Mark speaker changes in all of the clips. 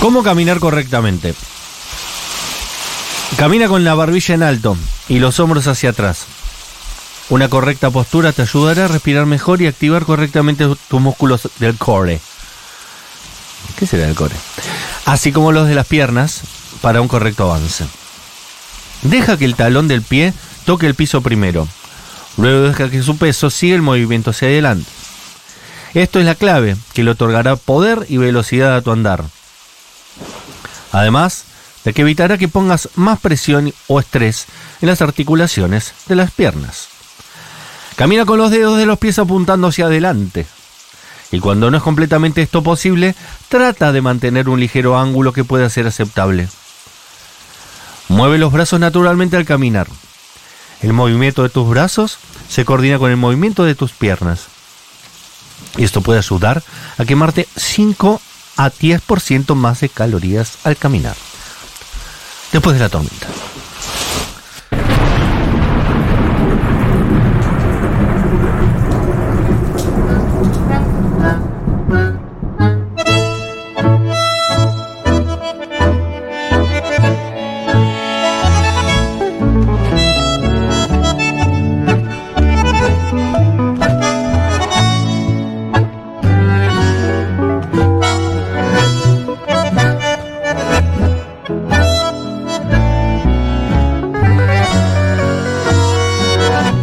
Speaker 1: ¿Cómo caminar correctamente? Camina con la barbilla en alto y los hombros hacia atrás. Una correcta postura te ayudará a respirar mejor y activar correctamente tus músculos del core. ¿Qué será el core? Así como los de las piernas para un correcto avance. Deja que el talón del pie toque el piso primero. Luego deja que su peso siga el movimiento hacia adelante. Esto es la clave que le otorgará poder y velocidad a tu andar. Además, de que evitará que pongas más presión o estrés en las articulaciones de las piernas. Camina con los dedos de los pies apuntando hacia adelante. Y cuando no es completamente esto posible, trata de mantener un ligero ángulo que pueda ser aceptable. Mueve los brazos naturalmente al caminar. El movimiento de tus brazos se coordina con el movimiento de tus piernas. Y esto puede ayudar a quemarte 5 a 10% más de calorías al caminar después de la tormenta.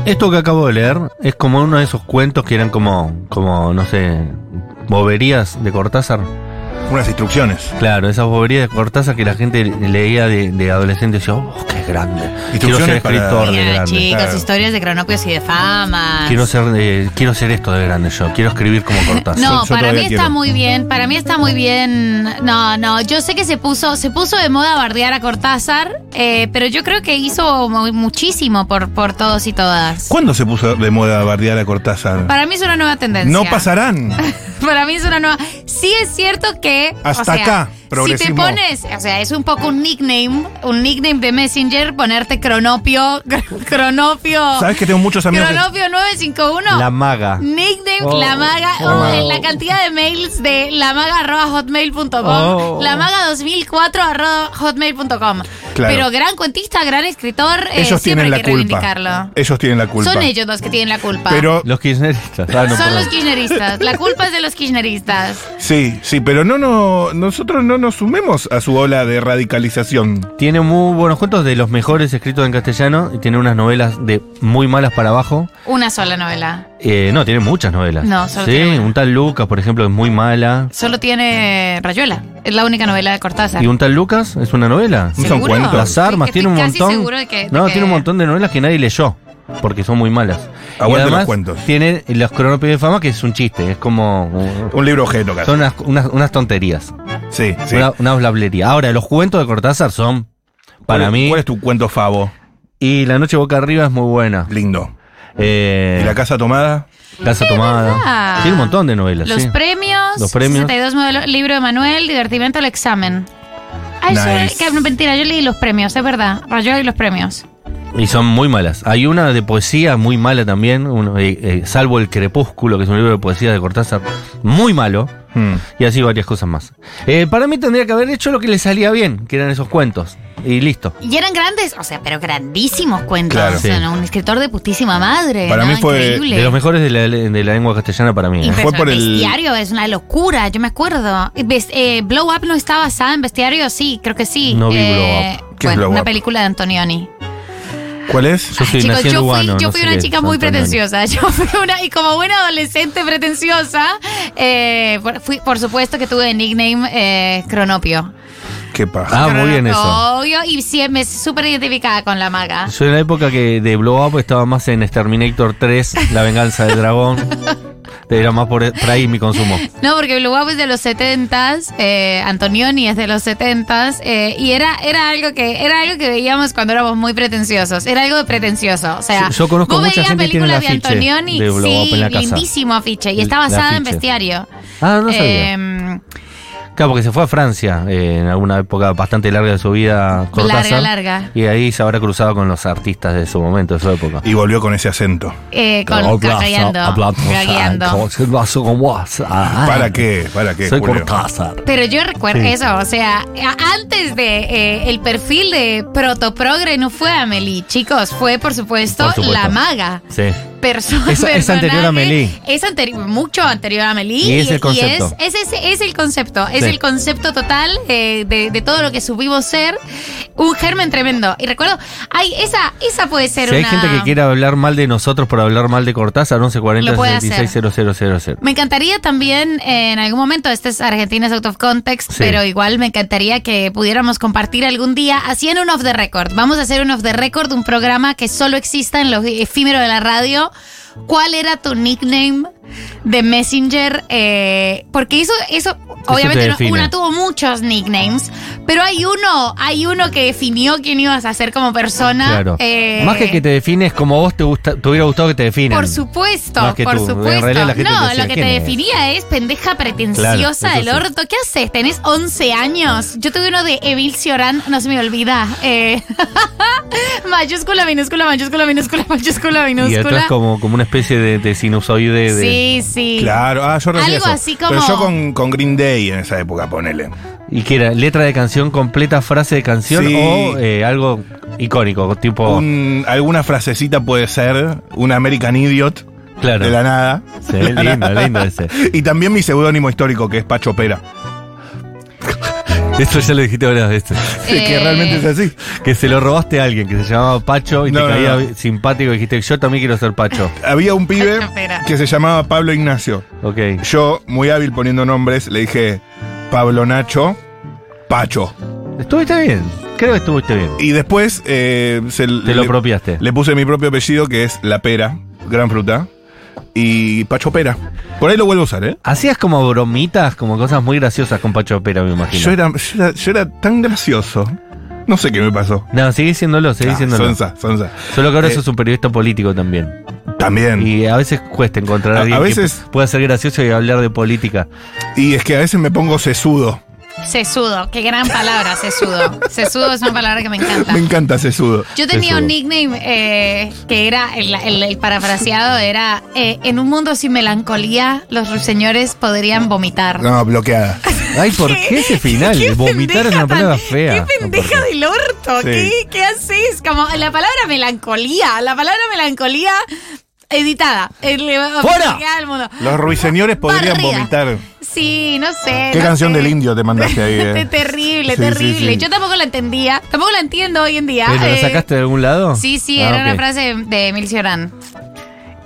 Speaker 1: Esto que acabo de leer es como uno de esos cuentos que eran como, como no sé, boberías de Cortázar.
Speaker 2: Unas instrucciones.
Speaker 1: Claro, esas boberías de Cortázar que la gente leía de, de adolescente y decía, oh, qué grande. Quiero ser
Speaker 2: Instrucciones para-
Speaker 1: escritor de
Speaker 3: Mira,
Speaker 1: grande.
Speaker 3: chicos,
Speaker 2: claro.
Speaker 3: historias de cronopios y de fama.
Speaker 1: Quiero ser, eh, quiero ser esto de grande yo. Quiero escribir como Cortázar.
Speaker 3: No,
Speaker 2: Yo- yo
Speaker 3: para mí
Speaker 2: todavía
Speaker 3: está
Speaker 2: quiero.
Speaker 3: muy bien, para mí está muy bien. No, no, yo sé que se puso, se puso de moda bardear a Cortázar, eh, pero yo creo que hizo mu- muchísimo por, por todos y todas.
Speaker 2: ¿Cuándo se puso de moda bardear a Cortázar?
Speaker 3: Para mí es una nueva tendencia.
Speaker 2: No pasarán.
Speaker 3: Para mí es una nueva. Sí es cierto que.
Speaker 2: Hasta
Speaker 3: o sea,
Speaker 2: acá,
Speaker 3: Si te
Speaker 2: progresismo.
Speaker 3: pones, o sea, es un poco un nickname, un nickname de Messenger, ponerte cronopio, cronopio.
Speaker 2: ¿Sabes que tengo muchos amigos? que-
Speaker 3: Cronopio 951.
Speaker 1: La
Speaker 2: Ah.
Speaker 1: maga.
Speaker 3: Nickname
Speaker 1: Oh,
Speaker 3: la maga,
Speaker 1: la
Speaker 3: oh,
Speaker 1: maga.
Speaker 3: la cantidad de mails de la maga
Speaker 1: Oh.
Speaker 3: la maga 2004 hotmail.com.
Speaker 2: Claro.
Speaker 3: Pero gran cuentista, gran escritor, eh,
Speaker 2: Ellos
Speaker 3: siempre
Speaker 2: tienen
Speaker 3: hay
Speaker 2: la
Speaker 3: que
Speaker 2: culpa.
Speaker 3: reivindicarlo.
Speaker 2: Ellos tienen la culpa.
Speaker 3: Son ellos los que tienen la culpa.
Speaker 2: Pero
Speaker 1: Los kirchneristas. Ah, no,
Speaker 3: Son
Speaker 1: perdón.
Speaker 3: los kirchneristas. La culpa es de los kirchneristas.
Speaker 2: sí, sí, pero no, no, nosotros no nos sumemos a su ola de radicalización.
Speaker 1: Tiene muy buenos cuentos de los mejores escritos en castellano y tiene unas novelas de muy malas para abajo.
Speaker 3: Una sola novela.
Speaker 1: Eh, no, tiene muchas novelas.
Speaker 3: No, solo
Speaker 1: Sí,
Speaker 3: tiene una.
Speaker 1: un tal Lucas, por ejemplo, es muy mala.
Speaker 3: Solo tiene Rayuela. Es la única novela de Cortázar.
Speaker 1: ¿Y un tal Lucas? ¿Es una novela?
Speaker 2: No son
Speaker 3: ¿Seguro?
Speaker 2: cuentos.
Speaker 1: Las armas,
Speaker 3: Sí, que
Speaker 1: tiene un
Speaker 3: estoy casi
Speaker 1: montón.
Speaker 3: seguro de que- de
Speaker 1: no,
Speaker 3: que-
Speaker 1: tiene un montón de novelas que nadie leyó, porque son muy malas. Y
Speaker 2: Aguante los
Speaker 1: además,
Speaker 2: cuentos.
Speaker 1: Tiene los cronopios de fama, que es un chiste, es como.
Speaker 2: Un libro objeto, casi.
Speaker 1: Son unas, unas, unas tonterías,
Speaker 2: Sí, sí.
Speaker 1: una, una blablería. Ahora, los cuentos de Cortázar son, para
Speaker 2: ¿Cuál-
Speaker 1: mí,
Speaker 2: ¿Cuál es tu cuento favo?
Speaker 1: y La Noche Boca Arriba es muy buena.
Speaker 2: Lindo.
Speaker 1: Eh,
Speaker 2: ¿Y la casa tomada?
Speaker 1: Casa Tomada.
Speaker 3: verdad.
Speaker 1: Tiene un montón de novelas.
Speaker 3: Los
Speaker 1: sí.
Speaker 3: premios.
Speaker 1: Los premios.
Speaker 3: 62 modelo- libro de Manuel, divertimento al examen. Ay, yo-
Speaker 2: Nice.
Speaker 3: que, no, mentira, yo leí los premios, es verdad. Yo leí los premios.
Speaker 1: Y son muy malas. Hay una de poesía muy mala también, uno, eh, eh, Salvo el Crepúsculo, que es un libro de poesía de Cortázar, muy malo.
Speaker 2: Hmm.
Speaker 1: Y así varias cosas más. Eh, para mí tendría que haber hecho lo que le salía bien, que eran esos cuentos. Y listo.
Speaker 3: Y eran grandes, o sea, pero grandísimos cuentos.
Speaker 2: Claro.
Speaker 3: O sea,
Speaker 1: Sí.
Speaker 3: ¿no? un escritor de putísima madre.
Speaker 2: Para
Speaker 3: ¿no?
Speaker 2: mí fue
Speaker 3: Increíble.
Speaker 1: De los mejores de la, de la lengua castellana para mí. ¿eh?
Speaker 2: Fue por el-
Speaker 3: Bestiario es una locura, yo me acuerdo. Ves- eh, Blow Up no está basada en Bestiario, sí, creo que sí.
Speaker 1: No vi
Speaker 3: Eh,
Speaker 1: Blow
Speaker 2: Up. ¿Qué es
Speaker 3: bueno,
Speaker 2: Blow
Speaker 3: una
Speaker 2: Up?
Speaker 3: película de Antonioni.
Speaker 2: ¿Cuál es?
Speaker 1: Yo soy
Speaker 3: Chicos,
Speaker 1: nacido
Speaker 3: yo fui,
Speaker 1: lugano,
Speaker 3: yo
Speaker 1: no
Speaker 3: fui
Speaker 1: sé
Speaker 3: una
Speaker 1: qué
Speaker 3: chica
Speaker 1: es,
Speaker 3: muy
Speaker 1: Antonio.
Speaker 3: pretenciosa. Yo fui una, y como buena adolescente pretenciosa, eh, por, fui, por supuesto que tuve de nickname eh, Cronopio.
Speaker 2: Qué paja.
Speaker 1: Ah, muy bien eso.
Speaker 3: Cronopio, y sí, me súper identificada con la maga.
Speaker 1: Yo en la época que de Blow Up estaba más en Exterminator 3, La Venganza del Dragón. Era más por, por ahí mi consumo.
Speaker 3: No, porque Blue Up es de los 70s, eh, Antonioni es de los 70s, eh, y era, era, algo que, era algo que veíamos cuando éramos muy pretenciosos. Era algo de pretencioso. O sea,
Speaker 1: Yo- yo conozco
Speaker 3: vos
Speaker 1: mucha
Speaker 3: veías
Speaker 1: gente que tiene
Speaker 3: películas
Speaker 1: el
Speaker 3: de
Speaker 1: afiche
Speaker 3: Antonioni,
Speaker 1: de Blow Up
Speaker 3: sí,
Speaker 1: en la casa.
Speaker 3: lindísimo afiche, y
Speaker 1: El-
Speaker 3: está
Speaker 1: el
Speaker 3: basada en
Speaker 1: afiche.
Speaker 3: Bestiario.
Speaker 1: Ah, no sabía.
Speaker 3: Em,
Speaker 1: Claro, porque se fue a Francia eh, en alguna época bastante larga de su vida. Cortázar,
Speaker 3: Larga, larga.
Speaker 1: Y ahí se habrá cruzado con los artistas de su momento, de su época.
Speaker 2: Y volvió con ese acento.
Speaker 3: Eh, con,
Speaker 1: Hablas,
Speaker 3: cagando,
Speaker 1: hablas,
Speaker 3: cagando.
Speaker 1: con- lo hago con vos. Ah,
Speaker 2: ¿Para qué? ¿Para qué?
Speaker 1: Soy
Speaker 2: Julio?
Speaker 1: Cortázar.
Speaker 3: Pero yo recuerdo
Speaker 1: Sí.
Speaker 3: eso, o sea, a- antes de eh, el perfil de protoprogre no fue Amelie, chicos, fue por supuesto,
Speaker 1: Por supuesto.
Speaker 3: la maga.
Speaker 1: Sí.
Speaker 3: Perso-
Speaker 1: Es- es
Speaker 3: personaje,
Speaker 1: anterior a Amelie.
Speaker 3: Es anteri- mucho anterior a Amelie.
Speaker 1: Y es el concepto.
Speaker 3: es, es ese- es el concepto. Es
Speaker 1: Sí.
Speaker 3: el concepto total eh, de, de todo lo que supimos ser. Un germen tremendo. Y recuerdo, ay, esa, esa puede ser
Speaker 1: Si hay
Speaker 3: una.
Speaker 1: gente que quiera hablar mal de nosotros por hablar mal de Cortázar, 1140
Speaker 3: Lo puede hacer.
Speaker 1: 660000.
Speaker 3: Me encantaría también eh, en algún momento, este es Argentina's Out of Context,
Speaker 1: Sí.
Speaker 3: pero igual me encantaría que pudiéramos compartir algún día, así en un off the record. Vamos a hacer un off the record, un programa que solo exista en lo efímero de la radio. ¿Cuál era tu nickname de Messenger? Eh, porque eso, eso, obviamente,
Speaker 1: te
Speaker 3: no-
Speaker 1: define.
Speaker 3: una tuvo muchos nicknames, pero hay uno, hay uno que definió quién ibas a ser como persona.
Speaker 1: Claro.
Speaker 3: eh,
Speaker 1: Más que que te defines como vos te, gusta, te hubiera gustado que te definan.
Speaker 3: por supuesto,
Speaker 1: Más que
Speaker 3: por
Speaker 1: tú. En
Speaker 3: supuesto.
Speaker 1: realidad la gente
Speaker 3: no,
Speaker 1: decía,
Speaker 3: lo que
Speaker 1: "¿Quién
Speaker 3: te
Speaker 1: es?".
Speaker 3: definía es pendeja
Speaker 1: Claro,
Speaker 3: pretenciosa
Speaker 1: eso
Speaker 3: del
Speaker 1: sí.
Speaker 3: orto. ¿Qué haces? ¿Tenés 11 años? Yo tuve uno de Emil Cioran, no se me olvida. eh, mayúscula, minúscula, mayúscula, minúscula, mayúscula,
Speaker 1: Y atrás
Speaker 3: minúscula.
Speaker 1: como, como una especie de, de sinusoide. De,
Speaker 3: Sí, sí.
Speaker 2: Claro, ah, yo recién
Speaker 3: Algo
Speaker 2: eso.
Speaker 3: así como-
Speaker 2: Pero yo con, con Green Day en esa época, ponele.
Speaker 1: Y que era letra de canción completa, frase de canción
Speaker 2: Sí.
Speaker 1: o eh, algo icónico, tipo.
Speaker 2: Un- alguna frasecita puede ser, un American Idiot,
Speaker 1: claro.
Speaker 2: de la nada.
Speaker 1: Sí, lindo, lindo ese.
Speaker 2: Y también mi seudónimo histórico, que es Pacho Pera.
Speaker 1: Esto ya lo dijiste varias veces.
Speaker 2: Que
Speaker 3: Eh,
Speaker 2: realmente es así.
Speaker 1: Que se lo robaste a alguien que se llamaba Pacho y
Speaker 2: No,
Speaker 1: te
Speaker 2: no,
Speaker 1: caía
Speaker 2: no.
Speaker 1: simpático y dijiste, yo también quiero ser Pacho.
Speaker 2: Había un pibe
Speaker 3: Pacho Pera.
Speaker 2: que se llamaba Pablo Ignacio.
Speaker 1: Ok.
Speaker 2: Yo, muy hábil poniendo nombres, le dije Pablo Nacho, Pacho.
Speaker 1: Estuviste bien. Creo que estuviste bien.
Speaker 2: Y después eh, se
Speaker 1: Te lo apropiaste.
Speaker 2: le puse mi propio apellido, que es La Pera, gran fruta, y Pacho Pera. Por ahí lo vuelvo a usar, ¿eh?
Speaker 1: Hacías como bromitas, como cosas muy graciosas con Pacho Pera, me imagino.
Speaker 2: Yo era, yo, era, yo era tan gracioso. No sé qué me pasó.
Speaker 1: No, sigue siéndolo, sigue
Speaker 2: Ah,
Speaker 1: siéndolo.
Speaker 2: sonsa, sonsa.
Speaker 1: Solo que ahora
Speaker 2: Eh,
Speaker 1: sos un periodista político también.
Speaker 2: También. Y,
Speaker 1: Y a veces cuesta encontrar a
Speaker 2: A-
Speaker 1: alguien
Speaker 2: a veces-
Speaker 1: que pueda ser gracioso y hablar de política.
Speaker 2: es que a veces me pongo sesudo.
Speaker 3: Sesudo, qué gran palabra, sesudo. sesudo es una palabra que me encanta.
Speaker 2: Me encanta sesudo.
Speaker 3: Ah. Yo tenía
Speaker 1: Sesudo.
Speaker 3: un nickname eh, que era, el, el- el parafraseado era, eh, en un mundo sin melancolía, los ruiseñores podrían vomitar.
Speaker 2: No, bloqueada.
Speaker 1: Ay, ¿por qué ese final?
Speaker 3: Qué
Speaker 1: Vomitar es
Speaker 3: pendeja
Speaker 1: una palabra
Speaker 3: tan-
Speaker 1: fea.
Speaker 3: Qué pendeja del orto.
Speaker 2: Sí.
Speaker 3: ¿Qué, ¿Qué haces? Como la palabra melancolía. La palabra melancolía editada. Eh, le va a
Speaker 1: ¡Fuera!
Speaker 3: obligar al mundo.
Speaker 2: Los ruiseñores podrían
Speaker 3: Barriga.
Speaker 2: vomitar.
Speaker 3: Sí, no sé.
Speaker 2: ¿Qué
Speaker 3: Eh, no
Speaker 2: canción
Speaker 3: sé.
Speaker 2: del indio te mandaste ahí? eh?
Speaker 3: terrible,
Speaker 2: Sí, sí,
Speaker 3: terrible.
Speaker 2: sí.
Speaker 3: Yo tampoco la entendía. Tampoco la entiendo hoy en día.
Speaker 1: ¿Pero lo
Speaker 3: Eh,
Speaker 1: sacaste de algún lado?
Speaker 3: Sí, sí,
Speaker 1: Ah,
Speaker 3: era una
Speaker 1: ok.
Speaker 3: frase de Emil Cioran.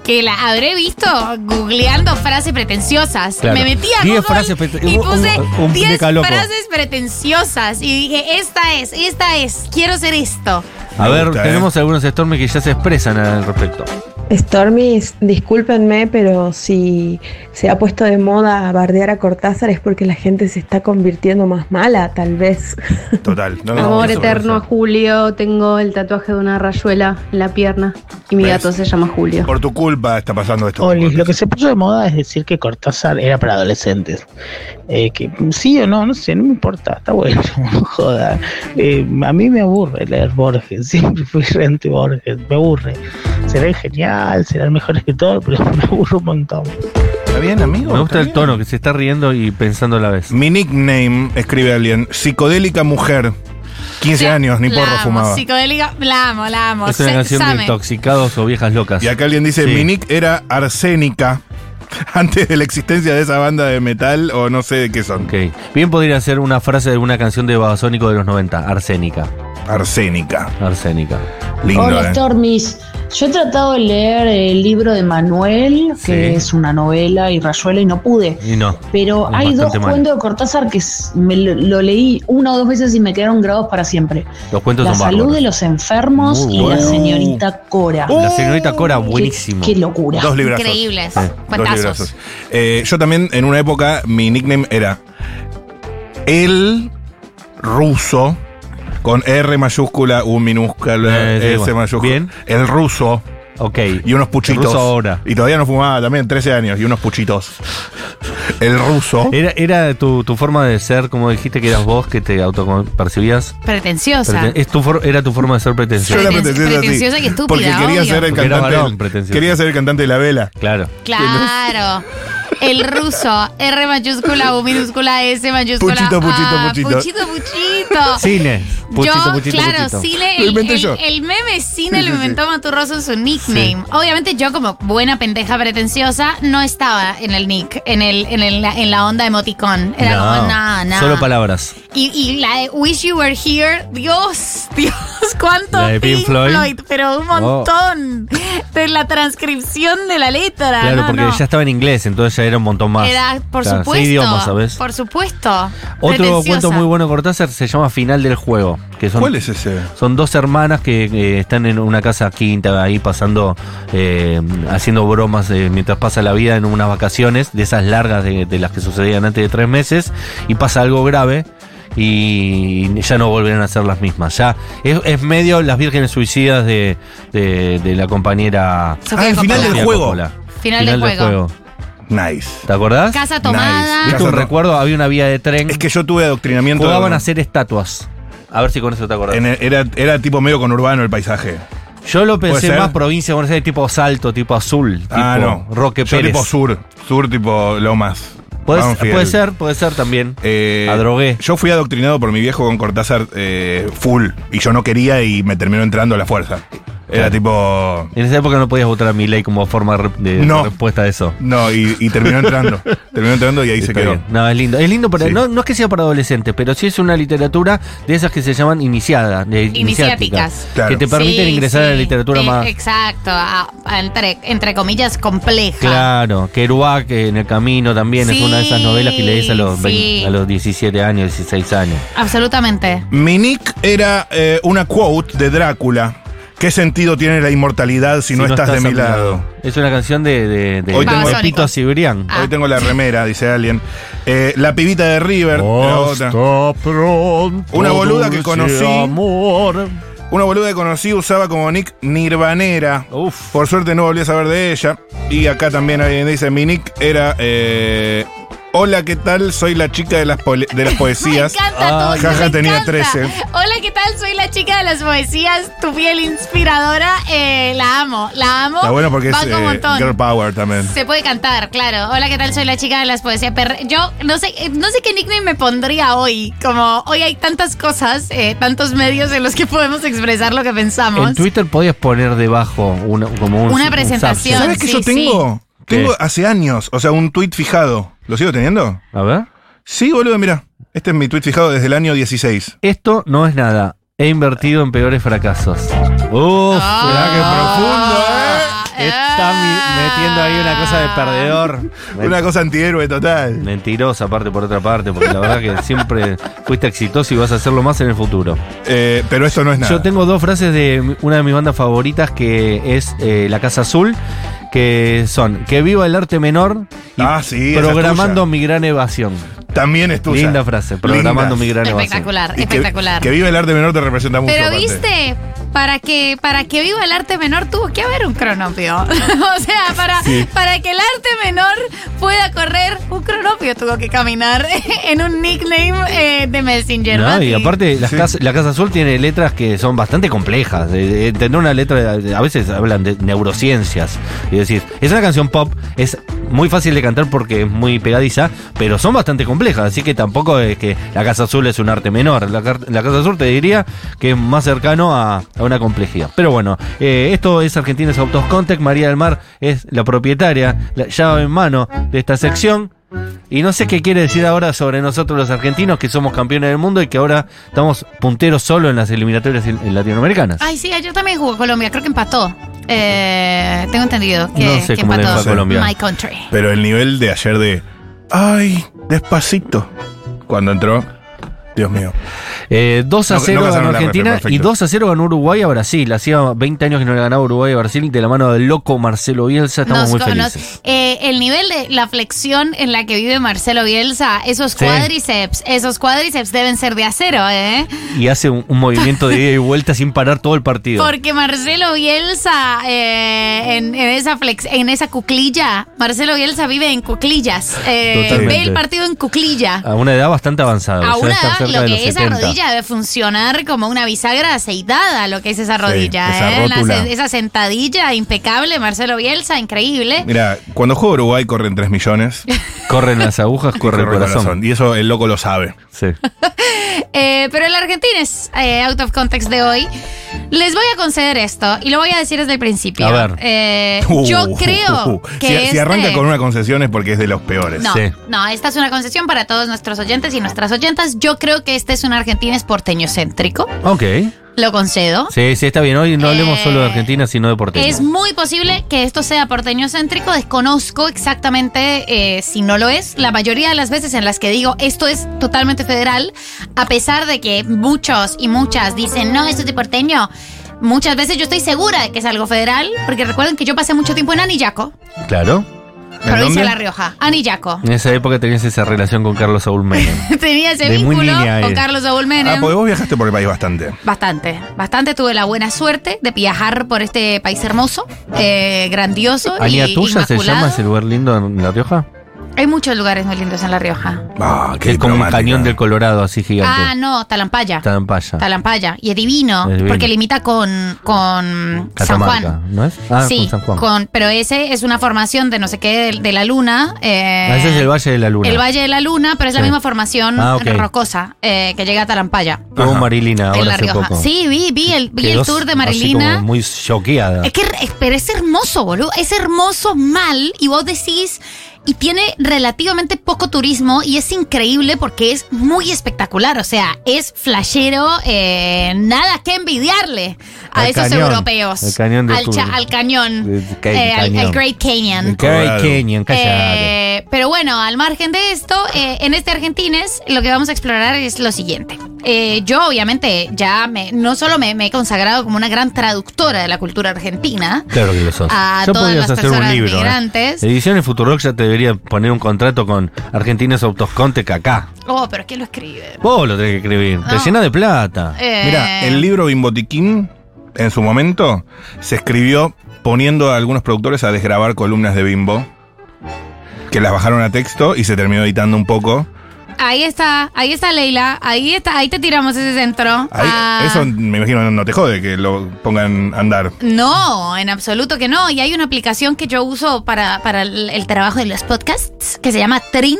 Speaker 3: Que la habré visto googleando frases pretenciosas.
Speaker 1: Claro.
Speaker 3: Me metí a
Speaker 1: Diez
Speaker 3: Google
Speaker 1: frases prete-
Speaker 3: y
Speaker 1: un-
Speaker 3: puse
Speaker 1: un- un
Speaker 3: 10
Speaker 1: decaloco.
Speaker 3: frases pretenciosas. Y dije, esta es, esta es, quiero ser esto.
Speaker 1: A
Speaker 2: Me
Speaker 1: ver,
Speaker 2: gusta, ¿eh?
Speaker 1: tenemos algunos Stormy que ya se expresan al respecto.
Speaker 4: Stormis, discúlpenme, pero si se ha puesto de moda bardear a Cortázar es porque la gente se está convirtiendo más mala, tal vez.
Speaker 2: Total. No, no,
Speaker 5: Amor
Speaker 2: eso-
Speaker 5: eterno a Julio, tengo el tatuaje de una rayuela en la pierna y mi
Speaker 2: ¿Ves?
Speaker 5: gato se llama Julio.
Speaker 2: Por tu culpa está pasando esto.
Speaker 6: Olis, lo que se puso de moda es decir que Cortázar era para adolescentes. Eh, que sí o no, no sé, no me importa, está bueno, no joda. Eh, a mí me aburre leer Borges, siempre fui rente Borges, me aburre. Será genial, será el mejor escritor, pero me aburre un montón.
Speaker 2: ¿Está bien, amigo?
Speaker 1: Me gusta
Speaker 2: ¿Está
Speaker 1: el
Speaker 2: bien?
Speaker 1: tono, que se está riendo y pensando a la vez.
Speaker 2: Mi nickname, escribe alguien, psicodélica mujer. 15
Speaker 3: Ya,
Speaker 2: años, ni
Speaker 3: la
Speaker 2: porro
Speaker 3: amo,
Speaker 2: fumaba.
Speaker 3: Psicodélica, la amo, la amo.
Speaker 1: Es una
Speaker 3: Se-
Speaker 1: canción de
Speaker 3: Same.
Speaker 1: intoxicados o viejas locas.
Speaker 2: Y acá alguien dice,
Speaker 1: Sí.
Speaker 2: mi nick era arsénica. Antes de la existencia de esa banda de metal o no sé de qué son.
Speaker 1: Ok. Bien podría ser una frase de una canción de Babasónico de los 90, Arsénica.
Speaker 2: Arsénica.
Speaker 1: Arsénica.
Speaker 2: Lindo,
Speaker 7: Hola,
Speaker 2: ¿eh?
Speaker 7: Stormis. Yo he tratado de leer el libro de Manuel, que
Speaker 1: Sí.
Speaker 7: es una novela y rayuela, y no pude.
Speaker 1: Y no.
Speaker 7: Pero
Speaker 1: Es
Speaker 7: hay dos
Speaker 1: bastante mal.
Speaker 7: cuentos de Cortázar que s- me lo, lo leí una o dos veces y me quedaron grabados para siempre.
Speaker 1: Los cuentos
Speaker 7: La
Speaker 1: son
Speaker 7: salud
Speaker 1: bárbaros.
Speaker 7: de los enfermos
Speaker 1: Muy
Speaker 7: y la
Speaker 1: bueno.
Speaker 7: señorita Cora.
Speaker 1: La señorita Cora,
Speaker 7: Oh, Qué-
Speaker 1: buenísimo.
Speaker 7: Qué, locura.
Speaker 2: Dos librazos.
Speaker 3: Increíbles.
Speaker 1: Sí,
Speaker 2: Dos
Speaker 3: Cuentazos.
Speaker 2: librazos. Eh, yo también, en una época, mi nickname era El Ruso, con R mayúscula, U minúscula,
Speaker 1: Eh, sí,
Speaker 2: S
Speaker 1: bueno.
Speaker 2: mayúscula.
Speaker 1: Bien.
Speaker 2: El Ruso.
Speaker 1: Ok.
Speaker 2: Y unos puchitos.
Speaker 1: Ruso ahora.
Speaker 2: Y todavía no fumaba también, 13 años, y unos puchitos. El ruso.
Speaker 1: Era, era tu, tu forma de ser, como dijiste que eras vos, que te autopercibías.
Speaker 3: Pretenciosa.
Speaker 1: Preten- es tu for- era tu forma de ser
Speaker 2: Yo
Speaker 1: pretencioso.
Speaker 2: era
Speaker 3: Preten-
Speaker 2: pretenciosa,
Speaker 3: pretenciosa
Speaker 2: sí,
Speaker 3: y estúpida,
Speaker 2: Porque quería
Speaker 3: obvio.
Speaker 2: ser el
Speaker 1: Porque era
Speaker 2: cantante.
Speaker 1: varón,
Speaker 2: del-
Speaker 1: pretencioso.
Speaker 2: quería ser el cantante de la vela.
Speaker 1: Claro.
Speaker 3: Claro. El ruso, R mayúscula, U minúscula, S mayúscula.
Speaker 2: Puchito, puchito,
Speaker 3: A,
Speaker 2: puchito.
Speaker 3: Puchito, puchito.
Speaker 1: Cine. Puchito,
Speaker 3: yo,
Speaker 1: puchito,
Speaker 3: claro,
Speaker 1: puchito.
Speaker 3: Cine,
Speaker 2: Lo
Speaker 3: el,
Speaker 2: inventé
Speaker 3: el-
Speaker 2: yo.
Speaker 3: el meme Cine
Speaker 2: Sí, sí,
Speaker 3: lo inventó Maturroso en su nickname. Obviamente yo como buena pendeja pretenciosa no estaba en el nick, en el en, el- en la onda emoticón. Era
Speaker 1: No,
Speaker 3: como nada, nada.
Speaker 1: Solo palabras.
Speaker 3: Y, y la de Wish You Were Here, Dios, Dios, cuánto
Speaker 1: La de Pink Floyd. Oh.
Speaker 3: pero un montón de la transcripción de la letra.
Speaker 1: Claro,
Speaker 3: no,
Speaker 1: porque
Speaker 3: no.
Speaker 1: ya estaba en inglés, entonces ya era un montón más.
Speaker 3: Era, por
Speaker 1: O sea,
Speaker 3: supuesto.
Speaker 1: seis idiomas, ¿sabes?
Speaker 3: Por supuesto.
Speaker 1: Otro
Speaker 3: Pretenciosa.
Speaker 1: cuento muy bueno de Cortázar se llama Final del Juego. Que son,
Speaker 2: ¿Cuál es ese?
Speaker 1: Son dos hermanas que eh, están en una casa quinta ahí pasando, eh, haciendo bromas eh, mientras pasa la vida en unas vacaciones, de esas largas de, de las que sucedían antes de tres meses, y pasa algo grave y ya no volverán a ser las mismas. Ya es, es medio las vírgenes suicidas de, de- de la compañera.
Speaker 3: Sofía
Speaker 2: Ah, el final
Speaker 3: Coppola.
Speaker 2: del
Speaker 1: Sofía
Speaker 2: juego.
Speaker 1: Coppola.
Speaker 3: Final del juego.
Speaker 2: Nice.
Speaker 1: ¿Te acordás?
Speaker 3: Casa tomada.
Speaker 2: Nice.
Speaker 1: Viste un
Speaker 2: Casa-
Speaker 1: recuerdo, había una vía de tren.
Speaker 2: Es que yo tuve adoctrinamiento.
Speaker 1: Jugaban a hacer estatuas. A ver si con eso te acordás.
Speaker 2: en el- era, era tipo medio conurbano el paisaje.
Speaker 1: Yo lo
Speaker 2: ¿Puede
Speaker 1: pensé
Speaker 2: ser?
Speaker 1: más provincia de Buenos Aires, tipo Salto, tipo Azul, tipo
Speaker 2: ah, no.
Speaker 1: Roque
Speaker 2: Yo
Speaker 1: Pérez.
Speaker 2: tipo sur. Sur tipo Lomas.
Speaker 1: Puede-
Speaker 2: Banfield.
Speaker 1: puede ser, puede ser también.
Speaker 2: Eh,
Speaker 1: A drogué.
Speaker 2: Yo fui adoctrinado por mi viejo con Cortázar eh, full. Y yo no quería y me terminó entrando a la fuerza. Era
Speaker 1: Claro.
Speaker 2: tipo.
Speaker 1: En esa época no podías votar a mi ley como forma de- de
Speaker 2: No.
Speaker 1: respuesta a eso.
Speaker 2: No, y, y terminó entrando. terminó entrando y ahí se
Speaker 1: Está
Speaker 2: quedó.
Speaker 1: bien. No, es lindo. Es lindo para.
Speaker 2: Sí.
Speaker 1: No, no es que sea para adolescentes, pero sí es una literatura de esas que se llaman iniciada, de- iniciática,
Speaker 3: Iniciáticas.
Speaker 2: Claro.
Speaker 1: Que te permiten
Speaker 3: Sí,
Speaker 1: ingresar a la
Speaker 3: sí.
Speaker 1: literatura
Speaker 3: Eh,
Speaker 1: más.
Speaker 3: Exacto, a- a entre, entre comillas compleja.
Speaker 1: Claro, Kerouac eh, en el camino también es
Speaker 3: Sí,
Speaker 1: una de esas novelas que lees a los,
Speaker 3: sí.
Speaker 1: 20 a los 17 años, 16 años.
Speaker 3: Absolutamente.
Speaker 2: Mi nick era eh, una quote de Drácula. ¿Qué sentido tiene la inmortalidad si, no, estás, de
Speaker 1: a
Speaker 2: mi lado?
Speaker 1: Es una canción de, de, de,
Speaker 2: Hoy
Speaker 1: de
Speaker 2: tengo-
Speaker 1: Pepito Cibrián.
Speaker 3: Ah.
Speaker 2: Hoy tengo la remera, dice alguien. Eh, la pibita de River, era otra. Una boluda que conocí. Una boluda que conocí usaba como nick Nirvanera.
Speaker 1: Uf.
Speaker 2: Por suerte no volví a saber de ella. Y acá también alguien dice, mi nick era... eh, Hola, ¿qué tal? Soy la chica de las, pole- de las poesías.
Speaker 3: Me encanta Oh, todo.
Speaker 1: Ay.
Speaker 3: eso,
Speaker 2: Ah, Jaja,
Speaker 3: me
Speaker 2: tenía
Speaker 3: encanta.
Speaker 2: 13.
Speaker 3: Hola, ¿qué tal? Soy la chica de las poesías, tu piel inspiradora. eh, la amo, la amo.
Speaker 2: Está bueno porque es
Speaker 3: Banco un
Speaker 2: eh,
Speaker 3: montón.
Speaker 2: Girl Power también.
Speaker 3: Se puede cantar, claro. Hola, ¿qué tal? Soy la chica de las poesías. per- Yo no sé, eh, no sé qué nickname me pondría hoy. Como hoy hay tantas cosas, eh, tantos medios en los que podemos expresar lo que pensamos.
Speaker 1: En Twitter podías poner debajo una, como un,
Speaker 3: Una
Speaker 1: un
Speaker 3: presentación.
Speaker 1: subset.
Speaker 2: ¿Sabes qué
Speaker 3: sí,
Speaker 2: yo
Speaker 3: sí.
Speaker 2: tengo?
Speaker 1: ¿Qué?
Speaker 2: Tengo hace años, o sea, un tweet fijado. ¿Lo sigo teniendo?
Speaker 1: A ver.
Speaker 2: Sí, boludo, mira. Este es mi tweet fijado desde el año 16.
Speaker 1: Esto no es nada. He invertido en peores fracasos. Uf.
Speaker 2: Ah,
Speaker 3: Ah,
Speaker 1: qué profundo, ¿eh? Está mi- metiendo ahí una cosa de perdedor.
Speaker 2: Una cosa antihéroe total.
Speaker 1: Mentirosa, aparte por otra parte, porque la verdad que siempre fuiste exitoso y vas a hacerlo más en el futuro.
Speaker 2: Eh, pero esto no es nada.
Speaker 1: Yo tengo dos frases de mi- una de mis bandas favoritas que es eh, La Casa Azul, que son Que viva el arte menor y
Speaker 2: Ah, sí, esa es
Speaker 1: programando
Speaker 2: tuya.
Speaker 1: mi gran evasión.
Speaker 2: También es tuya.
Speaker 1: Linda frase, programando mi
Speaker 2: Linda.
Speaker 1: gran evasión.
Speaker 3: Espectacular,
Speaker 2: Y que-
Speaker 3: espectacular.
Speaker 2: Que, vive el arte menor te representa mucho.
Speaker 3: Pero
Speaker 2: aparte.
Speaker 3: viste, para que, para que viva el arte menor tuvo que haber un cronopio. o sea, para, para que el arte menor pueda correr, un cronopio tuvo que caminar en un nickname eh, de Messenger.
Speaker 1: No,
Speaker 3: Mati.
Speaker 1: y aparte, las
Speaker 2: Sí.
Speaker 1: cas- la Casa Azul tiene letras que son bastante complejas. Eh, eh, Tener una letra, eh, a veces hablan de neurociencias. Y decir, es una canción pop, es muy fácil de cantar porque es muy pegadiza, pero son bastante complejas. Así que tampoco es que la Casa Azul es un arte menor. La, car- la Casa Azul te diría que es más cercano a, a una complejidad. Pero bueno, eh, esto es Argentinos Autos Contact. María del Mar es la propietaria, la llave en mano de esta sección. Y no sé qué quiere decir ahora sobre nosotros los argentinos que somos campeones del mundo y que ahora estamos punteros solo en las eliminatorias en- en latinoamericanas.
Speaker 3: Ay, sí, yo también jugó Colombia, creo que empató. Eh, tengo entendido que,
Speaker 1: No sé
Speaker 3: que
Speaker 1: cómo le
Speaker 3: empató
Speaker 1: fue a Colombia.
Speaker 3: My Country.
Speaker 2: Pero el nivel de ayer de. ¡Ay! Despacito. Cuando entró. Dios mío.
Speaker 1: Eh, 2 a
Speaker 2: No- no
Speaker 1: 0 ganó
Speaker 2: cazaron la refe,
Speaker 1: Argentina y
Speaker 2: perfecto.
Speaker 1: 2 a 0 ganó Uruguay a Brasil. Hacía 20 años que no le ganaba Uruguay a Brasil de la mano del loco Marcelo Bielsa. Estamos
Speaker 3: Nos
Speaker 1: muy
Speaker 3: cono-
Speaker 1: felices.
Speaker 3: eh, el nivel de la flexión en la que vive Marcelo Bielsa, esos
Speaker 1: Sí.
Speaker 3: cuádriceps, esos cuádriceps deben ser de acero, ¿eh?
Speaker 1: Y hace un, un movimiento de ida y vuelta sin parar todo el partido.
Speaker 3: Porque Marcelo Bielsa, eh, en, en esa flex, en esa cuclilla, Marcelo Bielsa vive en cuclillas. eh,
Speaker 1: Totalmente.
Speaker 3: ve el partido en cuclilla.
Speaker 1: A una edad bastante avanzada.
Speaker 3: A
Speaker 2: Ah,
Speaker 1: o sea,
Speaker 3: una
Speaker 1: estar
Speaker 3: edad,
Speaker 1: cerca
Speaker 3: lo
Speaker 1: de
Speaker 3: que
Speaker 1: los
Speaker 3: esa
Speaker 1: 70.
Speaker 3: rodilla debe funcionar como una bisagra aceitada, lo que es esa
Speaker 2: Sí,
Speaker 3: rodilla.
Speaker 2: esa
Speaker 3: ¿eh? La se-
Speaker 2: rótula.
Speaker 3: Esa, sentadilla impecable, Marcelo Bielsa, increíble.
Speaker 2: Mira, cuando juega Uruguay corren 3 millones.
Speaker 1: Corren las agujas, corre el
Speaker 2: Corre
Speaker 1: corazón.
Speaker 2: Y eso el loco lo sabe.
Speaker 1: Sí.
Speaker 3: Eh, pero el Argentina es eh, out of context de hoy. Les voy a conceder esto y lo voy a decir desde el principio.
Speaker 1: A ver.
Speaker 3: Eh,
Speaker 2: Uh,
Speaker 3: yo
Speaker 2: uh,
Speaker 3: creo
Speaker 2: uh, uh.
Speaker 3: que.
Speaker 2: Si, si arranca
Speaker 3: este-
Speaker 2: con una concesión es porque es de los peores.
Speaker 3: No,
Speaker 1: Sí.
Speaker 3: no, esta es una concesión para todos nuestros oyentes y nuestras oyentas. Yo creo que este es un Argentina es porteño céntrico.
Speaker 1: Ok.
Speaker 3: Lo concedo.
Speaker 1: Sí, sí, está bien. Hoy no hablemos
Speaker 3: Eh,
Speaker 1: solo de Argentina, sino de porteño.
Speaker 3: Es muy posible que esto sea porteño céntrico. Desconozco exactamente eh, si no lo es. La mayoría de las veces en las que digo esto es totalmente federal, a pesar de que muchos y muchas dicen no, esto es de porteño. Muchas veces yo estoy segura de que es algo federal, porque recuerden que yo pasé mucho tiempo en Anillaco,
Speaker 1: Claro.
Speaker 2: ¿En
Speaker 3: provincia
Speaker 2: dónde?
Speaker 3: de La Rioja. Anillaco.
Speaker 1: En esa época tenías esa relación con Carlos Saúl Menem.
Speaker 3: Tenía ese
Speaker 1: De muy
Speaker 3: vínculo
Speaker 1: niña eh. pues
Speaker 3: con
Speaker 1: eres.
Speaker 3: Carlos Saúl
Speaker 2: Ah,
Speaker 3: Menem.
Speaker 2: porque vos viajaste por el país bastante.
Speaker 3: Bastante, bastante. Tuve la buena suerte de viajar por este país hermoso, eh, grandioso.
Speaker 1: ¿Aña
Speaker 3: y
Speaker 1: tuya se
Speaker 3: inmaculado.
Speaker 1: llama ese lugar lindo en La Rioja?
Speaker 3: Hay muchos lugares muy lindos en La Rioja.
Speaker 2: Ah,
Speaker 1: Que es como un cañón del Colorado así
Speaker 3: Ah,
Speaker 1: gigante.
Speaker 3: no, Talampaya.
Speaker 1: Talampaya.
Speaker 3: Talampaya. Y es divino,
Speaker 1: Es divino.
Speaker 3: porque limita con, con San
Speaker 1: Catamarca,
Speaker 3: Juan.
Speaker 1: ¿no es? Ah,
Speaker 3: sí,
Speaker 1: con San Juan.
Speaker 3: con- pero ese es una formación de no sé qué, de, de la luna. eh,
Speaker 1: Ah, ese es el Valle de la Luna.
Speaker 3: el Valle de la Luna, pero es la
Speaker 1: Sí.
Speaker 3: misma formación
Speaker 1: Ah, ok.
Speaker 3: rocosa eh, que llega a Talampaya.
Speaker 1: Tuvo
Speaker 2: Ajá.
Speaker 1: Marilina
Speaker 3: en
Speaker 1: ahora
Speaker 3: La
Speaker 1: hace
Speaker 3: Rioja.
Speaker 1: poco.
Speaker 3: Sí, vi, vi el, vi
Speaker 1: Quedó
Speaker 3: el tour de
Speaker 1: así
Speaker 3: Marilina.
Speaker 1: como muy choqueada.
Speaker 3: Es que, es- pero es hermoso, boludo. Es hermoso mal y vos decís, y tiene relativamente poco turismo y es increíble porque es muy espectacular. O sea, es flashero, eh, nada que envidiarle a
Speaker 1: Al
Speaker 3: esos
Speaker 1: cañón,
Speaker 3: europeos.
Speaker 1: al cañón de
Speaker 3: al,
Speaker 1: tu-
Speaker 3: cha- al cañón,
Speaker 1: de- ca-
Speaker 3: eh, al-
Speaker 1: cañón.
Speaker 3: al Great Canyon.
Speaker 1: Cray Canyon, cállate.
Speaker 3: Eh, pero bueno, al margen de esto, eh, en este Argentines lo que vamos a explorar es lo siguiente. Eh, yo obviamente ya me- no solo me, me he consagrado como una gran traductora de la cultura argentina,
Speaker 1: Claro que lo sos.
Speaker 3: a
Speaker 1: Ya
Speaker 3: todas
Speaker 1: podrías
Speaker 3: las
Speaker 1: hacer un
Speaker 3: personas
Speaker 1: libro. ¿eh?
Speaker 3: migrantes.
Speaker 1: Ediciones Futurock ya te debería poner un contrato con Argentinos Autosconte que acá.
Speaker 3: oh, pero ¿quién lo escribe?
Speaker 1: Vos lo tenés que escribir. Te
Speaker 3: No.
Speaker 1: llena de plata.
Speaker 3: Eh,
Speaker 2: Mira, el libro Bimbotiquín, en su momento, se escribió poniendo a algunos productores a desgrabar columnas de Bimbo, que las bajaron a texto y se terminó editando un poco.
Speaker 3: Ahí está, ahí está Leila, ahí está, ahí te tiramos ese centro.
Speaker 2: Ahí-
Speaker 3: Ah,
Speaker 2: Eso me imagino no te jode que lo pongan a andar.
Speaker 3: No, en absoluto que no. Y hay una aplicación que yo uso para, para el, el trabajo de los podcasts que se llama Trint,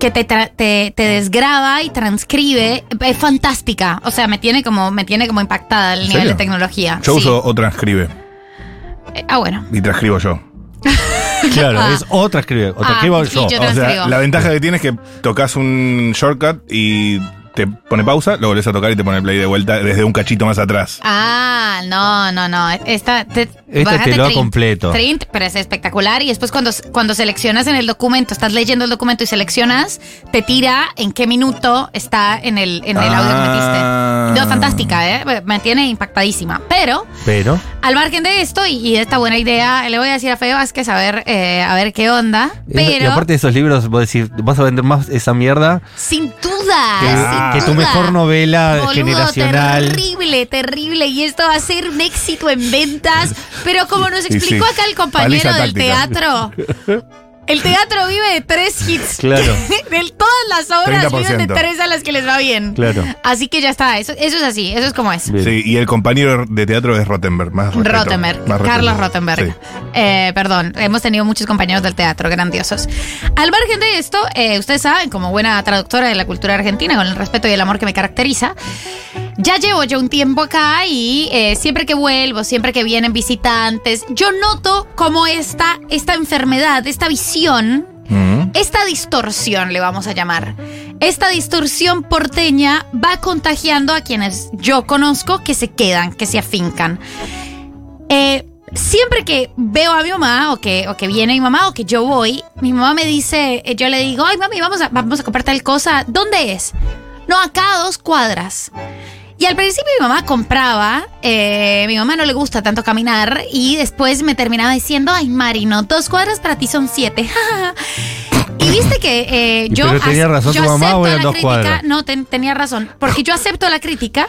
Speaker 3: que te, tra- te, te desgraba y transcribe. Es fantástica. O sea, me tiene como, me tiene como impactada el
Speaker 2: ¿En
Speaker 3: nivel de
Speaker 2: serio?
Speaker 3: tecnología.
Speaker 2: Yo
Speaker 3: Sí.
Speaker 2: uso o transcribe
Speaker 3: Eh, Ah, bueno.
Speaker 2: y transcribo yo.
Speaker 1: Claro, es otra escribe. Otra
Speaker 3: Ah,
Speaker 1: escribo
Speaker 3: y
Speaker 1: yo.
Speaker 3: yo-
Speaker 2: o sea,
Speaker 3: transcribo.
Speaker 2: la ventaja que tienes es que tocas un shortcut y te pone pausa, lo volvés a tocar y te pone play de vuelta desde un cachito más atrás.
Speaker 3: Ah, no, no, no. Esta te,
Speaker 1: Esta
Speaker 3: bájate
Speaker 1: Este te lo da completo.
Speaker 3: Trint, pero es espectacular. Y después cuando, cuando seleccionas en el documento, estás leyendo el documento y seleccionas, te tira en qué minuto está en el, en el audio que
Speaker 1: Ah.
Speaker 3: metiste. No, fantástica, ¿eh? Me tiene impactadísima. Pero,
Speaker 1: Pero,
Speaker 3: al margen de esto y, y de esta buena idea, le voy a decir a Fede Vázquez a ver, eh, a ver qué onda.
Speaker 1: es- y
Speaker 3: Pero,
Speaker 1: aparte de esos libros, vos decís, vas a vender más esa mierda
Speaker 3: sin duda,
Speaker 1: que,
Speaker 3: Ah, sin
Speaker 1: que tu
Speaker 3: duda.
Speaker 1: mejor novela
Speaker 3: Boludo,
Speaker 1: generacional.
Speaker 3: terrible, terrible. Y esto va a ser un éxito en ventas. Pero como nos
Speaker 2: Y sí,
Speaker 3: explicó acá el compañero
Speaker 2: paliza
Speaker 3: del
Speaker 2: táctica.
Speaker 3: teatro, el teatro vive de tres hits.
Speaker 1: Claro.
Speaker 3: de todas las obras viven de
Speaker 2: 30%.
Speaker 3: tres a las que les va bien.
Speaker 1: Claro.
Speaker 3: Así que ya está. Eso, eso es así. Eso es como es.
Speaker 1: Bien.
Speaker 2: Sí, y el compañero de teatro es Rottenberg. Más respeto,
Speaker 3: Rottenberg,
Speaker 2: más respeto.
Speaker 3: Carlos Rottenberg.
Speaker 2: Sí.
Speaker 3: Eh, perdón, hemos tenido muchos compañeros del teatro grandiosos. Al margen de esto, eh, ustedes saben, como buena traductora de la cultura argentina, con el respeto y el amor que me caracteriza, ya llevo yo un tiempo acá y eh, siempre que vuelvo, siempre que vienen visitantes, yo noto cómo esta, esta enfermedad, esta visión
Speaker 2: Mm.
Speaker 3: esta distorsión, le vamos a llamar, esta distorsión porteña va contagiando a quienes yo conozco que se quedan, que se afincan. Eh, siempre que veo a mi mamá o que, o que viene mi mamá o que yo voy, mi mamá me dice, eh, yo le digo, ay mami, vamos a, vamos a comprar tal cosa, ¿dónde es? No, acá a dos cuadras. Y al principio mi mamá compraba, eh, mi mamá no le gusta tanto caminar y después me terminaba diciendo, ay Marino, dos cuadras para ti son siete. y viste que eh,
Speaker 1: Y
Speaker 3: yo,
Speaker 1: pero tenía
Speaker 3: ac-
Speaker 1: razón
Speaker 3: yo
Speaker 1: tu mamá
Speaker 3: acepto
Speaker 1: o eran
Speaker 3: la
Speaker 1: dos
Speaker 3: crítica,
Speaker 1: cuadras.
Speaker 3: no, ten- tenía razón, porque yo acepto la crítica,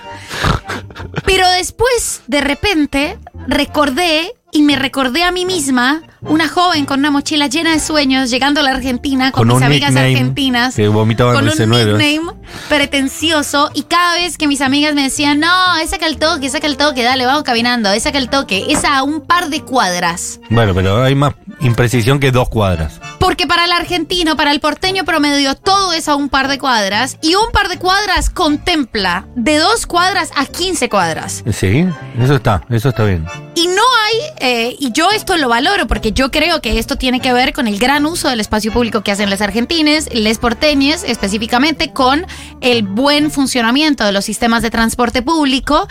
Speaker 3: pero después de repente recordé y me recordé a mí misma, una joven con una mochila llena de sueños, llegando a la Argentina con, mis amigas argentinas
Speaker 1: que vomitaban
Speaker 3: con un
Speaker 1: ruiseñuelos.
Speaker 3: nickname pretencioso y cada vez que mis amigas me decían, no, esa que el toque, esa que el toque, dale, vamos caminando, esa que el toque, esa a un par de cuadras.
Speaker 1: Bueno, pero hay más imprecisión que dos cuadras.
Speaker 3: Porque para el argentino, para el porteño promedio, todo es a un par de cuadras y un par de cuadras contempla de dos cuadras a 15 cuadras.
Speaker 1: Sí, eso está, eso está bien.
Speaker 3: Y no hay, eh, y yo esto lo valoro porque yo creo que esto tiene que ver con el gran uso del espacio público que hacen las argentines, les porteñes específicamente, con el buen funcionamiento de los sistemas de transporte público.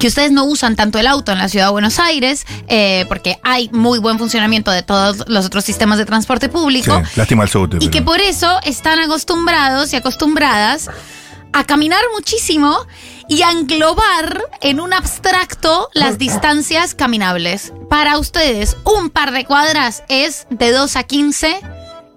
Speaker 3: Que ustedes no usan tanto el auto en la ciudad de Buenos Aires, eh, porque hay muy buen funcionamiento de todos los otros sistemas de transporte público.
Speaker 2: Sí, lástima al subte.
Speaker 3: Y
Speaker 2: pero-
Speaker 3: que por eso están acostumbrados y acostumbradas a caminar muchísimo y a englobar en un abstracto las distancias caminables. Para ustedes, un par de cuadras es de 2 a 15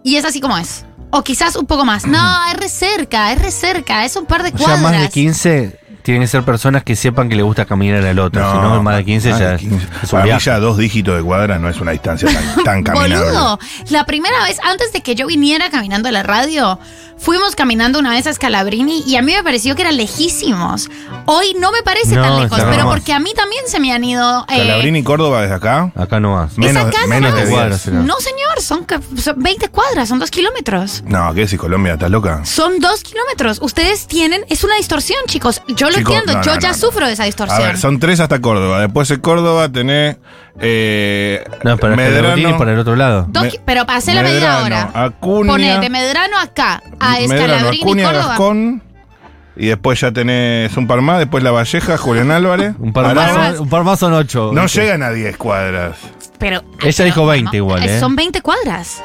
Speaker 3: y es así como es. O quizás un poco más. No, es re cerca, es re cerca, es un par de
Speaker 1: O sea,
Speaker 3: cuadras.
Speaker 1: más de 15 tienen que ser personas que sepan que le gusta caminar al otro. si no, más de 15
Speaker 2: más
Speaker 1: ya
Speaker 2: de 15.
Speaker 1: es un
Speaker 2: Para mí
Speaker 1: viaje.
Speaker 2: ya dos dígitos de cuadra no es una distancia tan, tan caminable.
Speaker 3: Boludo, la primera vez, antes de que yo viniera caminando a la radio, fuimos caminando una vez a Scalabrini y a mí me pareció que eran lejísimos. Hoy no me parece
Speaker 1: No,
Speaker 3: tan lejos,
Speaker 1: está
Speaker 3: pero
Speaker 1: más.
Speaker 3: porque a mí también se me han ido... eh,
Speaker 2: Calabrini y Córdoba desde acá.
Speaker 1: Acá no vas.
Speaker 3: esa
Speaker 2: menos-
Speaker 3: casa
Speaker 2: menos de
Speaker 3: más.
Speaker 1: cuadras será.
Speaker 3: No, señor, son, ca- son 20 cuadras, son 2 kilómetros.
Speaker 2: No, ¿qué decís Colombia? ¿Estás loca?
Speaker 3: Son 2 kilómetros. Ustedes tienen... Es una distorsión, chicos. Yo lo
Speaker 2: Chicos,
Speaker 3: entiendo,
Speaker 2: no,
Speaker 3: yo
Speaker 2: no,
Speaker 3: ya
Speaker 2: no, no.
Speaker 3: sufro de esa
Speaker 2: A
Speaker 3: distorsión.
Speaker 2: ver, son tres hasta Córdoba. Después de Córdoba tenés eh,
Speaker 1: No, para Scalabrini es para el otro lado.
Speaker 3: Dos
Speaker 2: Me-
Speaker 3: ki- pero pasé la media
Speaker 2: Medrano,
Speaker 3: hora.
Speaker 2: Acuña,
Speaker 3: Poné de Medrano acá, a
Speaker 2: Medrano,
Speaker 3: Escalabrini y
Speaker 2: Acuña,
Speaker 3: Ah, Córdoba.
Speaker 2: Gascón. Y después ya tenés un par más. Después La Valleja, Julián Álvarez.
Speaker 1: Un par,
Speaker 2: Arana.
Speaker 1: más, son- un par más son 8.
Speaker 2: No llegan a 10 cuadras.
Speaker 3: Pero.
Speaker 1: Ella
Speaker 3: pero,
Speaker 1: dijo 20 igual, ¿eh?
Speaker 3: Son 20 cuadras.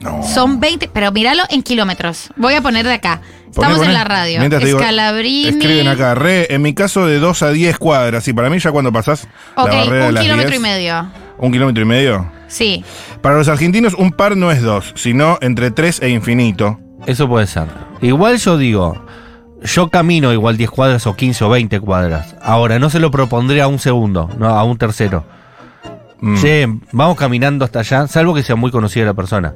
Speaker 2: No.
Speaker 3: Son 20. Pero míralo en kilómetros. Voy a poner de acá.
Speaker 2: Poné,
Speaker 3: Estamos
Speaker 2: poné.
Speaker 3: en la radio.
Speaker 2: Mientras te digo,
Speaker 3: Escalabrini.
Speaker 2: Escriben acá, re, en mi caso de 2 a 10 cuadras. Y para mí ya cuando pasás
Speaker 3: Ok,
Speaker 2: la barrera de
Speaker 3: un
Speaker 2: las
Speaker 3: kilómetro
Speaker 2: 10,
Speaker 3: y medio.
Speaker 2: ¿Un kilómetro y medio?
Speaker 3: Sí.
Speaker 2: Para los argentinos un par no es dos, sino entre tres e infinito.
Speaker 1: Eso puede ser. Igual yo digo, yo camino igual 10 cuadras o 15 o 20 cuadras. Ahora, no se lo propondré a un segundo, no, a un tercero.
Speaker 2: Mm.
Speaker 1: Che, vamos caminando hasta allá, salvo que sea muy conocida la persona.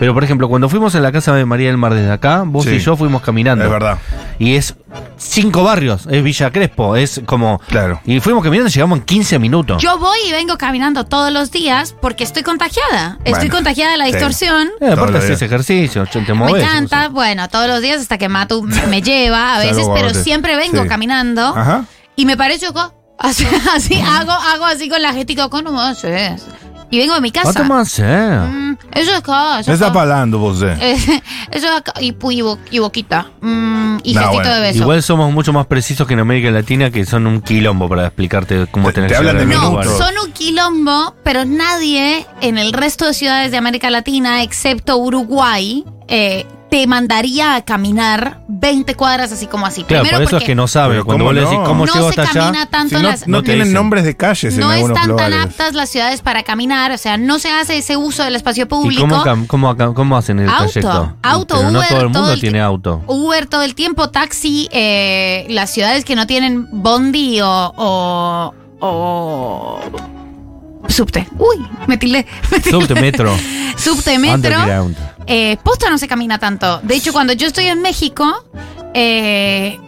Speaker 1: Pero, por ejemplo, cuando fuimos a la casa de María del Mar desde acá, vos
Speaker 2: Sí.
Speaker 1: y yo fuimos caminando.
Speaker 2: Es verdad,
Speaker 1: Y es cinco barrios, es Villa Crespo, es como...
Speaker 2: claro.
Speaker 1: Y fuimos caminando y llegamos en 15
Speaker 2: Ah.
Speaker 1: minutos.
Speaker 3: Yo voy y vengo caminando todos los días porque estoy contagiada. Estoy
Speaker 2: Bueno,
Speaker 3: contagiada de la
Speaker 2: sí.
Speaker 3: distorsión.
Speaker 1: Eh,
Speaker 2: Todos
Speaker 1: aparte
Speaker 2: los
Speaker 1: haces
Speaker 2: días.
Speaker 1: ejercicio, che, te
Speaker 3: Me
Speaker 1: moves.
Speaker 3: encanta, bueno, todos los días hasta que Matu me lleva a
Speaker 2: Salvo
Speaker 3: veces, pero
Speaker 2: cuando te-
Speaker 3: siempre vengo
Speaker 2: sí. Ah.
Speaker 3: caminando
Speaker 2: Ajá.
Speaker 3: y me parece que así, así hago, hago así con la gente y digo, ¿cómo haces? Y vengo de mi casa.
Speaker 1: ¿Cuánto más, eh?
Speaker 3: Mm, eso es cosa.
Speaker 2: Me está palando vos, eh.
Speaker 3: Eh, Eso es acá, y, pu- y bo- y boquita. Mm, y
Speaker 2: No,
Speaker 3: gestito
Speaker 2: bueno.
Speaker 3: de beso.
Speaker 1: Igual somos mucho más precisos que en América Latina, que son un quilombo para explicarte cómo
Speaker 2: Te-
Speaker 1: tenés
Speaker 2: te
Speaker 1: que
Speaker 2: hablan
Speaker 1: llegar
Speaker 2: de
Speaker 1: a los
Speaker 3: no,
Speaker 2: minutos.
Speaker 1: lugares.
Speaker 3: son un quilombo, pero nadie en el resto de ciudades de América Latina, excepto Uruguay, eh, te mandaría a caminar 20 cuadras así como así.
Speaker 1: Claro,
Speaker 3: Primero
Speaker 1: por eso es
Speaker 3: porque
Speaker 1: que no sabe.
Speaker 2: Pero
Speaker 1: Cuando
Speaker 2: ¿cómo
Speaker 1: vos le
Speaker 2: no?
Speaker 1: decís cómo
Speaker 3: No
Speaker 1: llego
Speaker 3: se
Speaker 1: hasta
Speaker 3: camina
Speaker 1: allá,
Speaker 3: tanto
Speaker 2: Si
Speaker 3: en
Speaker 2: no
Speaker 3: las...
Speaker 2: no
Speaker 1: no te
Speaker 2: tienen
Speaker 1: dicen.
Speaker 2: nombres de calles en
Speaker 3: no
Speaker 2: algunos
Speaker 3: están tan
Speaker 2: lugares.
Speaker 3: aptas las ciudades para caminar, o sea, no se hace ese uso del espacio
Speaker 1: ¿y
Speaker 3: público.
Speaker 1: cómo, cam- cómo, cam- cómo hacen el
Speaker 3: Auto,
Speaker 1: trayecto?
Speaker 3: auto,
Speaker 1: Pero no
Speaker 3: Uber,
Speaker 1: todo el mundo
Speaker 3: todo el
Speaker 1: tiene
Speaker 3: que-
Speaker 1: auto.
Speaker 3: Uber todo el tiempo, taxi, eh, las ciudades que no tienen bondi o, o, o- subte. Uy, me tildé. me tildé.
Speaker 1: Subte, metro,
Speaker 3: Subte, metro.
Speaker 1: underground.
Speaker 3: Eh, posta no se camina tanto. De hecho, cuando yo estoy en México, eh,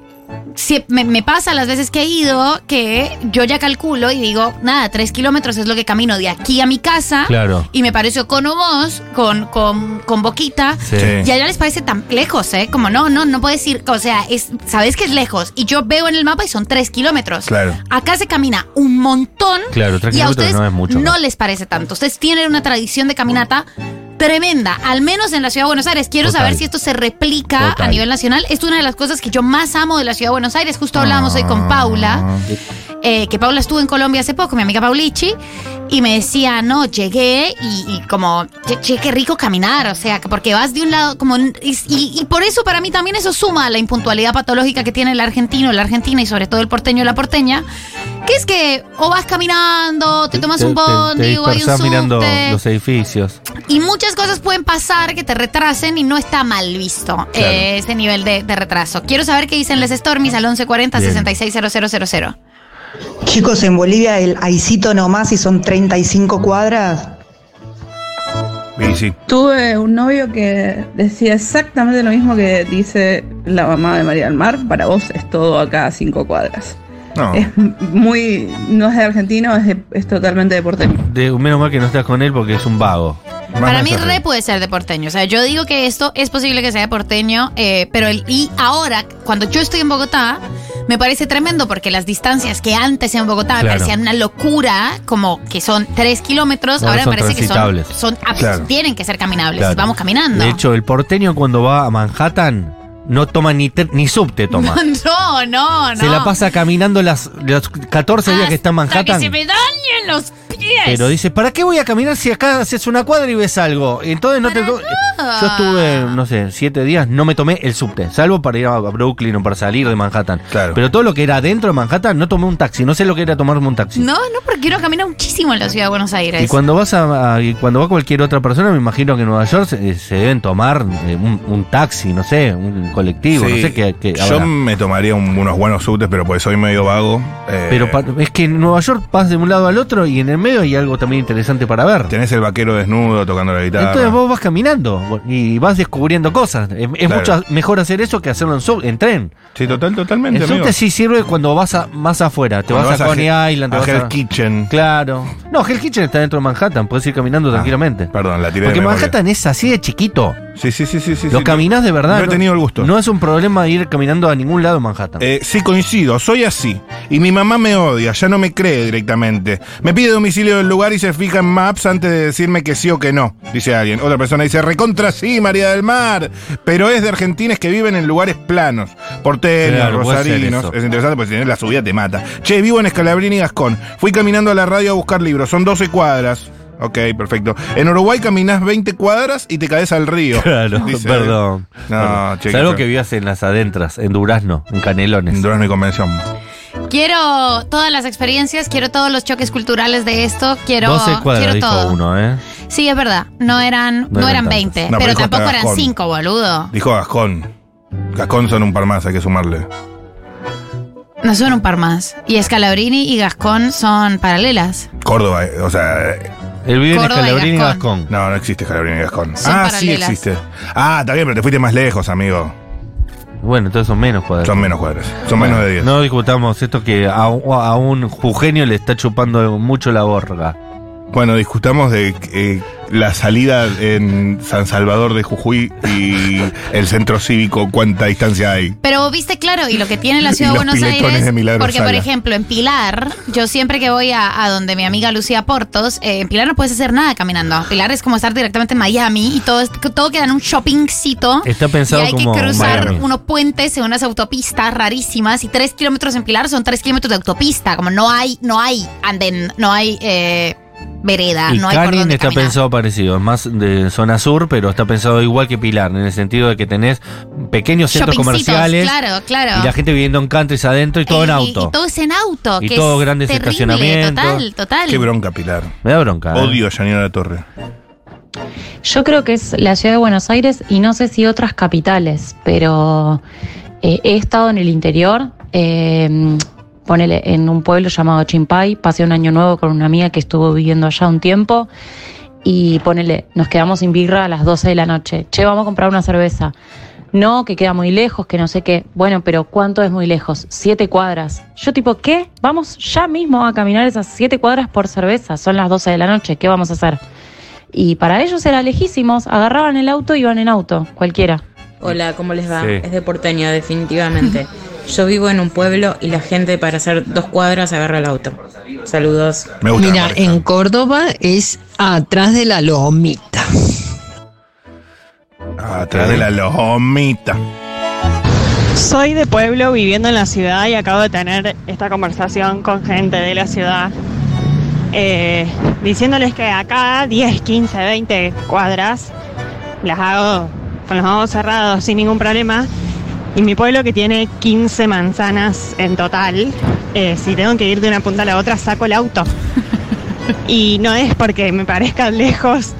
Speaker 3: si- me, me pasa las veces que he ido que yo ya calculo y digo, nada, tres kilómetros es lo que camino de aquí a mi casa.
Speaker 1: Claro.
Speaker 3: Y me pareció con vos, con, con, con Boquita,
Speaker 1: Sí.
Speaker 2: Sí.
Speaker 3: y allá les parece tan lejos, ¿eh? Como no, no, no puedes ir. O sea, es, sabes que es lejos. Y yo veo en el mapa y son tres kilómetros.
Speaker 2: Claro.
Speaker 3: Acá se camina un montón.
Speaker 1: Claro, tres
Speaker 3: y a
Speaker 1: kilómetros
Speaker 3: ustedes
Speaker 1: no es mucho,
Speaker 3: no
Speaker 1: ¿no?
Speaker 3: les parece tanto. Ustedes tienen una tradición de caminata tremenda, al menos en la ciudad de Buenos Aires. Quiero
Speaker 1: Total.
Speaker 3: saber si esto se replica a
Speaker 1: Total.
Speaker 3: nivel nacional. Es una de las cosas que yo más amo de la ciudad de Buenos Aires. Justo hablamos hoy con Paula.
Speaker 2: Ah.
Speaker 3: eh, que Paula estuvo en Colombia hace poco, mi amiga Paulichi, y me decía, no, llegué y, y como, che, che, qué rico caminar, o sea, que porque vas de un lado, como, y, y- y por eso para mí también eso suma a la impuntualidad patológica que tiene el argentino, la argentina y sobre todo el porteño y la porteña, que es que o vas caminando, te tomas un
Speaker 1: te- te
Speaker 3: bondi, o hay un
Speaker 1: dispersás mirando
Speaker 3: subte,
Speaker 1: los edificios.
Speaker 3: y muchas cosas pueden pasar que te retrasen y no está mal visto eh, este nivel de, de retraso. Quiero saber qué dicen les Stormies al 1140
Speaker 1: Bien.
Speaker 3: 660000.
Speaker 8: Chicos, en Bolivia el aicito nomás y son 35 cuadras.
Speaker 2: Y Ah, sí.
Speaker 9: Tuve un novio que decía exactamente lo mismo que dice la mamá de María del Mar. Para vos es todo acá a cinco cuadras.
Speaker 2: No.
Speaker 9: Es m- muy. No es de argentino, es, de- es totalmente de porteño.
Speaker 1: De- menos mal que no estás con él porque es un vago.
Speaker 2: Más
Speaker 3: Para mí
Speaker 2: mensaje.
Speaker 3: re puede ser de porteño. O sea, yo digo que esto es posible que sea de porteño, eh, pero el, y ahora, cuando yo estoy en Bogotá, me parece tremendo porque las distancias que antes en Bogotá me
Speaker 1: Claro.
Speaker 3: parecían una locura, como que son tres kilómetros,
Speaker 1: Ahora
Speaker 3: ahora,
Speaker 1: son
Speaker 3: me parece que son,
Speaker 1: transitables.
Speaker 3: son abs-
Speaker 2: Claro.
Speaker 3: tienen que ser caminables.
Speaker 1: Claro.
Speaker 3: Vamos caminando.
Speaker 1: De hecho, el porteño cuando va a Manhattan no toma ni, ter- ni subte, toma.
Speaker 3: no, no, no.
Speaker 1: Se la pasa caminando las, los 14 días que está en
Speaker 3: Hasta
Speaker 1: Manhattan.
Speaker 3: que se me dañen los pies.
Speaker 1: Pero dice, ¿para qué voy a caminar si acá haces una cuadra y ves algo? Entonces no te...
Speaker 3: Para
Speaker 1: co-
Speaker 3: nada.
Speaker 1: Yo estuve, no sé, siete días, no me tomé el subte, salvo para ir a Brooklyn o para salir de Manhattan.
Speaker 2: Claro.
Speaker 1: Pero todo lo que era dentro de Manhattan, no tomé un taxi, no sé lo que era tomarme un taxi.
Speaker 3: No, no, porque quiero caminar muchísimo en la ciudad de Buenos Aires.
Speaker 1: Y cuando vas a, a- y cuando va cualquier otra persona, me imagino que en Nueva York se, se deben tomar eh, un, un taxi, no sé, un colectivo, no
Speaker 2: Sí.
Speaker 1: sé qué. qué
Speaker 2: Yo
Speaker 1: habrá.
Speaker 2: me tomaría un- unos buenos subtes, pero pues soy medio vago. eh,
Speaker 1: Pero pa- es que en Nueva York vas de un lado al otro y en el medio hay algo también interesante para ver.
Speaker 2: tenés el vaquero desnudo tocando la guitarra.
Speaker 1: Entonces vos vas caminando y vas descubriendo cosas. Es, es
Speaker 2: Claro.
Speaker 1: mucho mejor hacer eso que hacerlo en, sub- en tren.
Speaker 2: Sí, total, totalmente.
Speaker 1: El subte
Speaker 2: amigo.
Speaker 1: sí sirve cuando vas a- más afuera. Te
Speaker 2: Cuando
Speaker 1: vas, a Coney
Speaker 2: He-
Speaker 1: Island, te
Speaker 2: a
Speaker 1: vas
Speaker 2: Hell's
Speaker 1: a...
Speaker 2: Kitchen.
Speaker 1: Claro. No, Hell Kitchen está dentro de Manhattan. Puedes ir caminando tranquilamente.
Speaker 2: Perdón, la tiré
Speaker 1: Porque
Speaker 2: Ah, de memoria.
Speaker 1: Manhattan es así de chiquito.
Speaker 2: Sí, sí, sí, sí, sí.
Speaker 1: Lo
Speaker 2: sí.
Speaker 1: caminás de verdad.
Speaker 2: No he tenido el gusto.
Speaker 1: No es un problema ir caminando a ningún lado en Manhattan.
Speaker 2: Eh, sí, coincido, soy así. Y mi mamá me odia, ya no me cree directamente. Me pide domicilio del lugar y se fija en maps antes de decirme que sí o que no, dice alguien. Otra persona dice, recontra sí, María del Mar. Pero es de argentines que viven en lugares planos. Porteños,
Speaker 1: Claro, puede ser
Speaker 2: rosarinos.
Speaker 1: eso.
Speaker 2: Es interesante porque si tenés la subida te mata. Che, vivo en Escalabrín y Gascón. Fui caminando a la radio a buscar libros, son 12 cuadras. Ok, perfecto. En Uruguay caminás 20 cuadras y te caes al río.
Speaker 1: Claro,
Speaker 2: dice-
Speaker 1: perdón.
Speaker 2: No, che,
Speaker 1: Salvo
Speaker 2: qué
Speaker 1: que
Speaker 2: feo.
Speaker 1: vivías en las adentras, en Durazno, en Canelones.
Speaker 2: Durán mi convención.
Speaker 3: Quiero todas las experiencias, quiero todos los choques culturales de esto, quiero,
Speaker 1: 12 cuadras,
Speaker 3: quiero
Speaker 1: dijo
Speaker 3: todo.
Speaker 1: uno, ¿eh?
Speaker 3: Sí, es verdad, no eran,
Speaker 1: No
Speaker 3: no,
Speaker 1: eran
Speaker 3: eran
Speaker 1: tantas.
Speaker 3: 20,
Speaker 2: No, pero
Speaker 3: pero
Speaker 2: dijo
Speaker 3: tampoco
Speaker 2: Tarascón.
Speaker 3: eran 5, boludo.
Speaker 2: Dijo Gascón. Gascón son un par más, hay que sumarle.
Speaker 3: No son un par más. Y Scalabrini y Gascón son paralelas.
Speaker 2: Córdoba, eh, o sea, eh,
Speaker 1: Él vive
Speaker 3: Córdoba y
Speaker 1: en Escalabrín y
Speaker 3: Gascón.
Speaker 1: Gascón.
Speaker 2: no, no existe Calabrín y Gascón.
Speaker 3: Son
Speaker 2: ah, sí
Speaker 3: paralelas.
Speaker 2: existe. Ah, está bien, pero te fuiste más lejos, amigo.
Speaker 1: Bueno, entonces son menos cuadras.
Speaker 2: Son menos cuadras. Son menos de 10.
Speaker 1: No discutamos esto que a, a un jujeño le está chupando mucho la borga.
Speaker 2: Bueno, discutamos de eh, la salida en San Salvador de Jujuy y el centro cívico, cuánta distancia hay.
Speaker 3: Pero viste, claro, y lo que tiene la
Speaker 2: Y
Speaker 3: ciudad de
Speaker 2: los
Speaker 3: Buenos
Speaker 2: piletones
Speaker 3: Aires.
Speaker 2: de Milagro
Speaker 3: porque, por
Speaker 2: Sala.
Speaker 3: ejemplo, en Pilar, yo siempre que voy a, a donde mi amiga Lucía Portos, eh, en Pilar no puedes hacer nada caminando. Pilar es como estar directamente en Miami y todo, es- todo queda en un shoppingcito.
Speaker 1: Está
Speaker 3: Y
Speaker 1: pensado
Speaker 3: hay
Speaker 1: como
Speaker 3: que cruzar
Speaker 1: Miami.
Speaker 3: unos puentes en unas autopistas rarísimas y tres kilómetros en Pilar son tres kilómetros de autopista. Como no hay, no hay andén, no hay eh, vereda,
Speaker 1: Y
Speaker 3: no hay por
Speaker 1: Canin
Speaker 3: dónde
Speaker 1: está
Speaker 3: caminar.
Speaker 1: pensado parecido, es más de zona sur, pero está pensado igual que Pilar, en el sentido de que tenés pequeños centros
Speaker 3: Shoppingcitos,
Speaker 1: comerciales
Speaker 3: Claro, claro. Eh,
Speaker 1: y la gente viviendo en countries adentro y todo en
Speaker 3: Y-
Speaker 1: auto.
Speaker 3: Y todo es en auto.
Speaker 1: Y
Speaker 3: que
Speaker 1: todo
Speaker 3: es
Speaker 1: grandes
Speaker 3: terrible,
Speaker 1: estacionamientos.
Speaker 3: Total, total.
Speaker 2: Qué bronca, Pilar.
Speaker 1: Me da bronca. ¿eh?
Speaker 2: Odio a Yanina La Torre.
Speaker 10: Yo creo que es la ciudad de Buenos Aires y no sé si otras capitales, pero eh, he estado en el interior. eh, ponele en un pueblo llamado Chimpay. Pasé un año nuevo con una amiga que estuvo viviendo allá un tiempo. Y ponele, nos quedamos sin birra a las 12 de la noche. Che, vamos a comprar una cerveza. No, que queda muy lejos, que no sé qué. Bueno, pero ¿cuánto es muy lejos? Siete cuadras. Yo tipo, ¿qué? Vamos ya mismo a caminar esas siete cuadras por cerveza. Son las 12 de la noche, ¿qué vamos a hacer? Y para ellos era lejísimos, agarraban el auto y iban en auto, cualquiera.
Speaker 11: Hola, ¿cómo les va?
Speaker 1: Sí.
Speaker 11: Es de Porteño, definitivamente. Yo vivo en un pueblo y la gente para hacer dos cuadras agarra el auto. Saludos.
Speaker 2: Me gusta. la
Speaker 12: Mira,
Speaker 2: marca.
Speaker 12: en Córdoba es atrás de la lomita.
Speaker 2: Ah, Atrás de la lomita.
Speaker 13: Soy de pueblo viviendo en la ciudad y acabo de tener esta conversación con gente de la ciudad, eh, diciéndoles que acá 10, 15, 20 cuadras las hago con los ojos cerrados sin ningún problema. Y mi pueblo que tiene 15 manzanas en total, eh, si tengo que ir de una punta a la otra, saco el auto. y no es porque me parezca lejos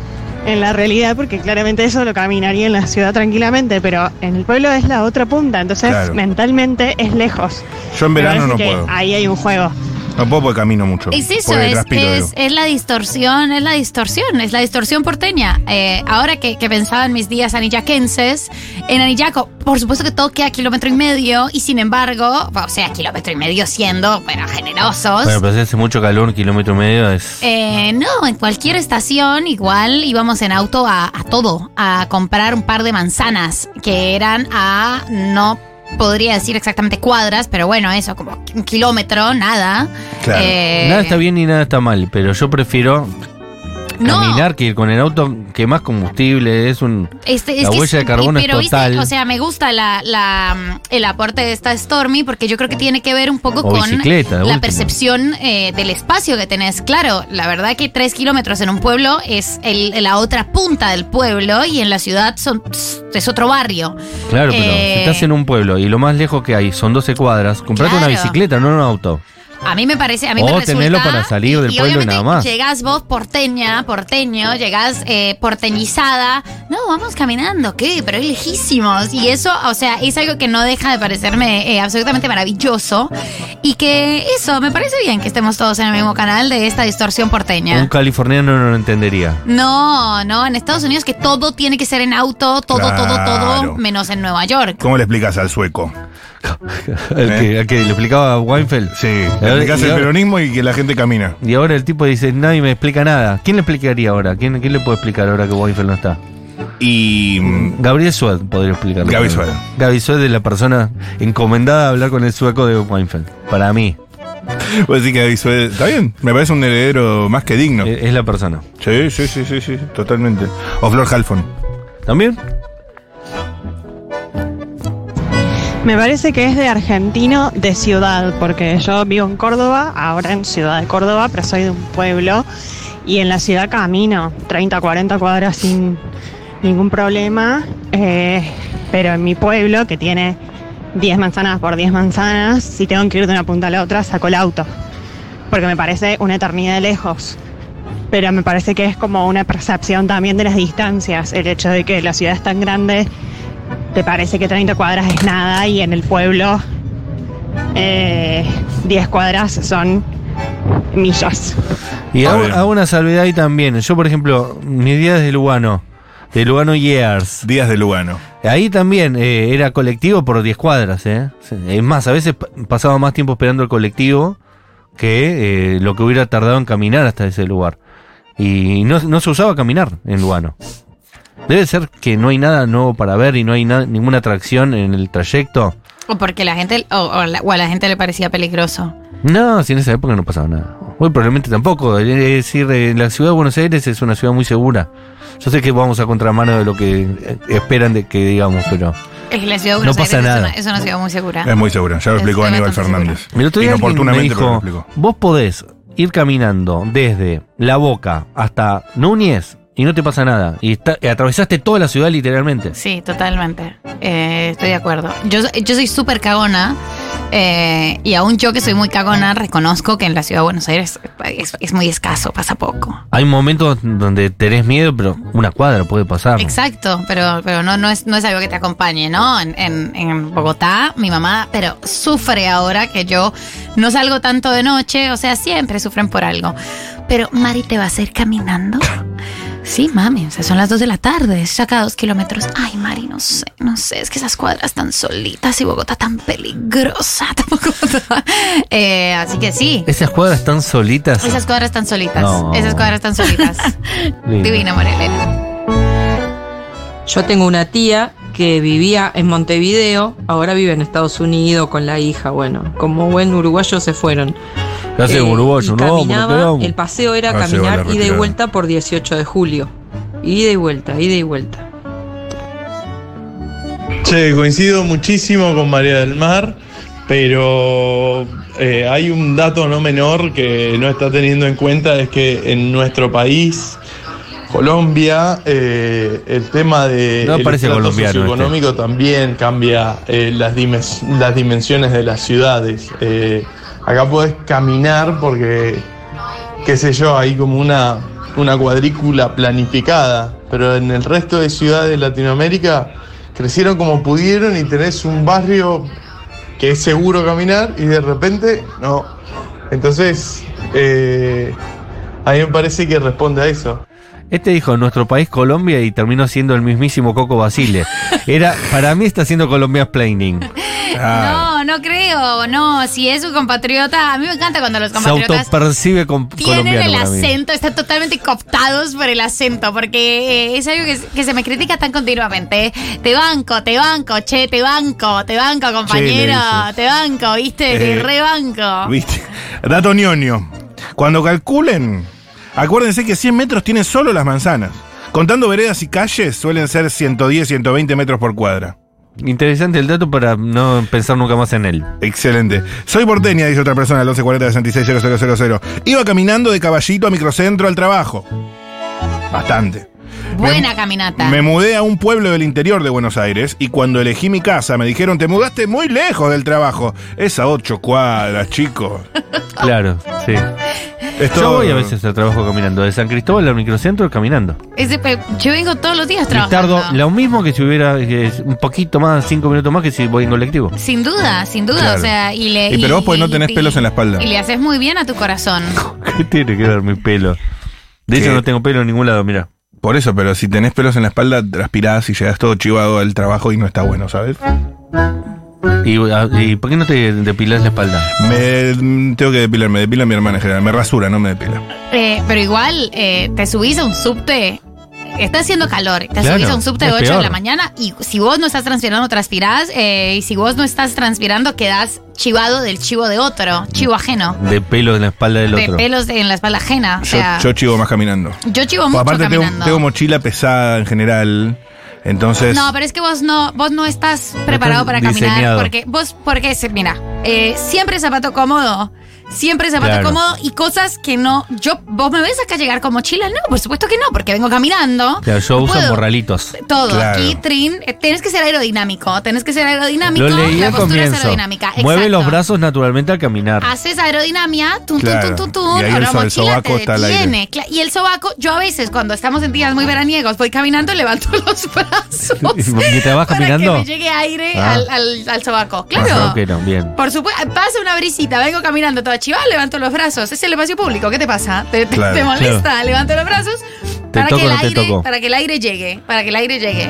Speaker 13: en la realidad, porque claramente eso lo caminaría en la ciudad tranquilamente, pero en el pueblo es la otra punta, entonces
Speaker 2: Claro.
Speaker 13: mentalmente es lejos.
Speaker 2: Yo en
Speaker 13: Me
Speaker 2: verano
Speaker 13: parece
Speaker 2: no
Speaker 13: que
Speaker 2: puedo.
Speaker 13: Ahí hay un juego.
Speaker 2: No puedo porque camino mucho.
Speaker 3: Es eso,
Speaker 2: Porque
Speaker 3: es,
Speaker 2: transpiro,
Speaker 3: es-
Speaker 2: digo.
Speaker 3: es la distorsión, es la distorsión, es la distorsión porteña. Eh, ahora que, que pensaba en mis días anillaquenses, en Anillaco, por supuesto que todo queda a kilómetro y medio, y sin embargo, o sea, kilómetro y medio siendo, bueno, generosos.
Speaker 1: Bueno, pero si hace mucho calor, un kilómetro y medio es.
Speaker 3: Eh, no, en cualquier estación igual íbamos en auto a, a todo, a comprar un par de manzanas que eran a, no podría decir exactamente cuadras, pero bueno, eso, como un kilómetro, nada.
Speaker 1: Claro.
Speaker 3: Eh,
Speaker 1: Nada está bien ni nada está mal, pero yo prefiero
Speaker 3: No.
Speaker 1: caminar que ir con el auto que más combustible es un
Speaker 3: Este,
Speaker 1: la
Speaker 3: que
Speaker 1: huella de carbono es
Speaker 3: pero viste,
Speaker 1: total.
Speaker 3: o sea, me gusta la, la, mm, el aporte de esta Stormy porque yo creo que tiene que ver un poco
Speaker 1: O
Speaker 3: con
Speaker 1: bicicleta, de
Speaker 3: la
Speaker 1: última.
Speaker 3: percepción eh, del espacio que tenés. Claro, la verdad que tres kilómetros en un pueblo es el- la otra punta del pueblo y en la ciudad son, es otro barrio.
Speaker 1: claro, pero
Speaker 3: eh,
Speaker 1: si estás en un pueblo y lo más lejos que hay son 12 cuadras, comprate una
Speaker 3: Claro.
Speaker 1: bicicleta, no un auto.
Speaker 3: A mí me parece, a mí
Speaker 1: o
Speaker 3: me resulta.
Speaker 1: tenerlo Oh, para salir del
Speaker 3: y
Speaker 1: pueblo y
Speaker 3: obviamente
Speaker 1: nada más.
Speaker 3: Llegás vos porteña, porteño, llegás eh, porteñizada. No, vamos caminando, ¿qué? Pero es lejísimos. Y eso, o sea, es algo que no deja de parecerme eh, absolutamente maravilloso. Y que eso, me parece bien que estemos todos en el mismo canal de esta distorsión
Speaker 1: Un
Speaker 3: porteña.
Speaker 1: californiano no lo entendería.
Speaker 3: No, no, en Estados Unidos que todo tiene que ser en auto, todo, todo, todo,
Speaker 2: Claro.
Speaker 3: menos en Nueva York.
Speaker 2: ¿Cómo le explicas al sueco?
Speaker 1: El que, el que le explicaba a Weinfeld.
Speaker 2: Sí,
Speaker 1: Y
Speaker 2: le
Speaker 1: ahora-
Speaker 2: explicas
Speaker 1: y
Speaker 2: el
Speaker 1: ahora-
Speaker 2: peronismo y que la gente camina.
Speaker 1: Y ahora el tipo dice, nadie me explica nada. ¿Quién le explicaría ahora? ¿Quién, quién le puede explicar ahora que Weinfeld no está?
Speaker 2: Y. mm,
Speaker 1: Gabriel Sued podría explicarlo.
Speaker 2: Gaby
Speaker 1: Para mí.
Speaker 2: Sued.
Speaker 1: Gaby Sued es la persona encomendada a hablar con el sueco de Weinfeld. Para mí,
Speaker 2: Vos decís que Gaby Suárez- Está bien, me parece un heredero más que digno.
Speaker 1: es la persona.
Speaker 2: Sí, sí, sí, sí, sí, totalmente. O Flor Halfon.
Speaker 1: ¿También?
Speaker 13: Me parece que es de argentino de ciudad, porque yo vivo en Córdoba, ahora en Ciudad de Córdoba, pero soy de un pueblo y en la ciudad camino 30, 40 cuadras sin ningún problema, eh, pero en mi pueblo que tiene 10 manzanas por 10 manzanas, si tengo que ir de una punta a la otra, saco el auto, porque me parece una eternidad de lejos. Pero me parece que es como una percepción también de las distancias, el hecho de que la ciudad es tan grande te parece que 30 cuadras es nada y en el pueblo eh, 10 cuadras son millas.
Speaker 1: Y
Speaker 2: Ah,
Speaker 1: hago,
Speaker 2: bien.
Speaker 1: hago una salvedad ahí también. Yo, por ejemplo, mis días de Lugano, de Lugano Years.
Speaker 2: Días de Lugano.
Speaker 1: Ahí también eh, era colectivo por 10 cuadras. ¿eh? Es más, a veces pa- pasaba más tiempo esperando el colectivo que eh, lo que hubiera tardado en caminar hasta ese lugar. Y no, no se usaba caminar en Lugano. Debe ser que no hay nada nuevo para ver y no hay na- ninguna atracción en el trayecto.
Speaker 3: O porque la gente, o, o la- o a la gente le parecía peligroso.
Speaker 1: No, si en esa época no pasaba nada. Hoy probablemente tampoco. Es decir, eh, la ciudad de Buenos Aires es una ciudad muy segura. Yo sé que vamos a contramano de lo que eh, esperan de que digamos, pero.
Speaker 3: Es que la ciudad de
Speaker 1: No
Speaker 3: Buenos
Speaker 1: pasa
Speaker 3: Aires es
Speaker 1: nada.
Speaker 3: una- es una ciudad muy segura.
Speaker 2: Es muy segura, ya lo
Speaker 3: Es
Speaker 2: explicó Aníbal
Speaker 3: bastante
Speaker 2: Fernández.
Speaker 1: El otro día alguien me
Speaker 2: Inoportunamente, pero lo
Speaker 1: dijo,
Speaker 2: explicó.
Speaker 1: vos podés ir caminando desde La Boca hasta Núñez y no te pasa nada. Y está- y atravesaste toda la ciudad literalmente.
Speaker 3: Sí, totalmente. Eh, estoy de acuerdo. Yo, yo soy súper cagona. eh, y aún yo que soy muy cagona, reconozco que en la ciudad de Buenos Aires es, es muy escaso, pasa poco.
Speaker 1: Hay momentos donde tenés miedo, pero una cuadra puede pasar.
Speaker 3: Exacto, pero, pero no, no, es, no es algo que te acompañe, ¿no? En, en- en Bogotá, mi mamá, pero sufre ahora que yo no salgo tanto de noche, o sea, siempre sufren por algo. Pero Mari te va a hacer caminando. Sí, mami, o sea, son las 2 de la tarde, es acá dos kilómetros. Ay, Mari, no sé, no sé, es que esas cuadras tan solitas y Bogotá tan peligrosa, tampoco. Eh, así que sí,
Speaker 1: Esas cuadras tan solitas.
Speaker 3: esas cuadras tan solitas,
Speaker 1: No.
Speaker 3: esas cuadras tan solitas.
Speaker 1: Lindo.
Speaker 3: Divina, María Elena.
Speaker 14: Yo tengo una tía que vivía en Montevideo, ahora vive en Estados Unidos con la hija. Bueno, como buen uruguayo se fueron.
Speaker 1: ¿Qué
Speaker 3: Eh,
Speaker 1: hace uruguayo?
Speaker 14: Eh, y
Speaker 1: No, porque
Speaker 14: caminaba,
Speaker 1: vamos.
Speaker 14: el paseo era
Speaker 1: Ah, se va la
Speaker 14: caminar ida y
Speaker 1: retirada.
Speaker 14: vuelta por 18 de julio. Ida y vuelta, ida y vuelta.
Speaker 15: Che, coincido muchísimo con María del Mar, pero eh, hay un dato no menor que no está teniendo en cuenta, es que en nuestro país, Colombia, eh, el tema de
Speaker 1: No
Speaker 15: el
Speaker 1: parece
Speaker 15: estrato
Speaker 1: colombiano este.
Speaker 15: socioeconómico también cambia eh, las, dimes- las dimensiones de las ciudades. Eh, acá podés caminar porque, qué sé yo, hay como una, una cuadrícula planificada, pero en el resto de ciudades de Latinoamérica crecieron como pudieron y tenés un barrio que es seguro caminar y de repente no. Entonces, eh, a mí me parece que responde a eso.
Speaker 1: Este dijo nuestro país Colombia y terminó siendo el mismísimo Coco Basile. Era, para mí está haciendo Colombia Planning. Ah.
Speaker 3: No, no creo, no, si es un compatriota, a mí me encanta cuando los
Speaker 1: Se
Speaker 3: compatriotas
Speaker 1: autopercibe com-
Speaker 3: tienen
Speaker 1: colombiano.
Speaker 3: el
Speaker 1: para mí.
Speaker 3: acento, están totalmente cooptados por el acento, porque eh, es algo que, que se me critica tan continuamente. ¿eh? Te banco, te banco, che, te banco, te banco, compañero,
Speaker 2: dices.
Speaker 3: te banco,
Speaker 2: Eh,
Speaker 3: viste, te rebanco.
Speaker 2: ¿Viste? Dato ñoño. Cuando calculen, acuérdense que 100 metros tienen solo las manzanas. Contando veredas y calles, suelen ser 110, 120 metros por cuadra.
Speaker 1: Interesante el dato para no pensar nunca más en él.
Speaker 2: Excelente. Soy porteña, dice otra persona al 1140-660000. Iba caminando de caballito a microcentro al trabajo. Bastante.
Speaker 3: Buena caminata.
Speaker 2: Me mudé a un pueblo del interior de Buenos Aires y cuando elegí mi casa me dijeron, te mudaste muy lejos del trabajo. Es a ocho cuadras, chicos.
Speaker 1: Claro, sí.
Speaker 2: Es
Speaker 1: Yo
Speaker 2: todo-
Speaker 1: voy a veces al trabajo caminando. De San Cristóbal al microcentro caminando.
Speaker 3: Ese pe- yo vengo todos los días
Speaker 1: Y
Speaker 3: trabajando.
Speaker 1: tardo lo mismo que si hubiera eh, un poquito más, cinco minutos más que si voy en colectivo.
Speaker 3: Sin duda, sin duda,
Speaker 1: Claro.
Speaker 3: o sea, y le...
Speaker 1: Y pero vos, pues, no tenés pelos en la espalda.
Speaker 3: Y le haces muy bien a tu corazón.
Speaker 1: ¿Qué tiene que ver mi pelo? De hecho, no tengo pelo en ningún lado, mira.
Speaker 2: Por eso, pero si tenés pelos en la espalda, transpirás y llegas todo chivado al trabajo y no está bueno, ¿sabes?
Speaker 1: ¿Y, ah, y por qué no te depilas la espalda?
Speaker 2: Me mm, tengo que depilar, me depila mi hermana en general, me rasura, no me depila.
Speaker 3: Eh, pero igual, eh, te subís a un subte. Está haciendo calor. Te
Speaker 2: Claro,
Speaker 3: subís a un subte de
Speaker 2: es
Speaker 3: 8 de
Speaker 2: peor.
Speaker 3: la mañana y si vos no estás transpirando, transpirás. eh, y si vos no estás transpirando, quedás chivado del chivo de otro, chivo ajeno.
Speaker 1: De pelo en la espalda del
Speaker 3: De
Speaker 1: otro.
Speaker 3: pelos en la espalda ajena. O
Speaker 2: Yo,
Speaker 3: sea,
Speaker 2: yo chivo más caminando.
Speaker 3: yo chivo mucho
Speaker 2: Pues aparte tengo,
Speaker 3: caminando.
Speaker 2: tengo mochila pesada en general, entonces...
Speaker 3: No, pero es que vos no, vos no estás preparado para caminar
Speaker 2: diseñado.
Speaker 3: porque vos, porque se- mira, eh, siempre zapato cómodo, siempre zapato
Speaker 1: Claro.
Speaker 3: cómodo y cosas que no, yo, vos me ves acá llegar con mochila, no, por supuesto que no, porque vengo caminando.
Speaker 1: O sea, yo
Speaker 3: No
Speaker 1: uso
Speaker 3: puedo.
Speaker 1: morralitos.
Speaker 3: Todo, aquí, Trin, eh, tienes que ser aerodinámico, tenés que ser aerodinámico,
Speaker 1: Lo leí
Speaker 3: la
Speaker 1: al
Speaker 3: postura es
Speaker 1: comienzo.
Speaker 3: aerodinámica.
Speaker 1: Mueve
Speaker 3: exacto.
Speaker 1: los brazos naturalmente al caminar.
Speaker 3: Haces aerodinámica, tum,
Speaker 1: Claro.
Speaker 3: tum, tum, tum, tum,
Speaker 1: Y ahí
Speaker 3: ahora
Speaker 1: el so- el
Speaker 3: mochila
Speaker 1: sobaco
Speaker 3: te
Speaker 1: está al aire.
Speaker 3: detiene. Cla- Y el sobaco, yo a veces cuando estamos en días muy veraniegos, voy caminando, levanto los brazos.
Speaker 1: ¿Y te vas
Speaker 3: para
Speaker 1: caminando?
Speaker 3: que me llegue aire
Speaker 1: Ah.
Speaker 3: al, al, al sobaco.
Speaker 1: Ah,
Speaker 3: Claro.
Speaker 1: ok, no, bien.
Speaker 3: Por supuesto, pasa una brisita, vengo caminando toda chiva, levanto los brazos. Es el espacio público, ¿qué te pasa? ¿Te, te-
Speaker 1: Claro,
Speaker 3: te molesta?
Speaker 1: claro.
Speaker 3: Levanto los brazos
Speaker 2: Te
Speaker 3: para,
Speaker 2: toco
Speaker 3: que el
Speaker 2: o no te
Speaker 3: aire,
Speaker 2: toco.
Speaker 3: para que el aire llegue, para que el aire llegue.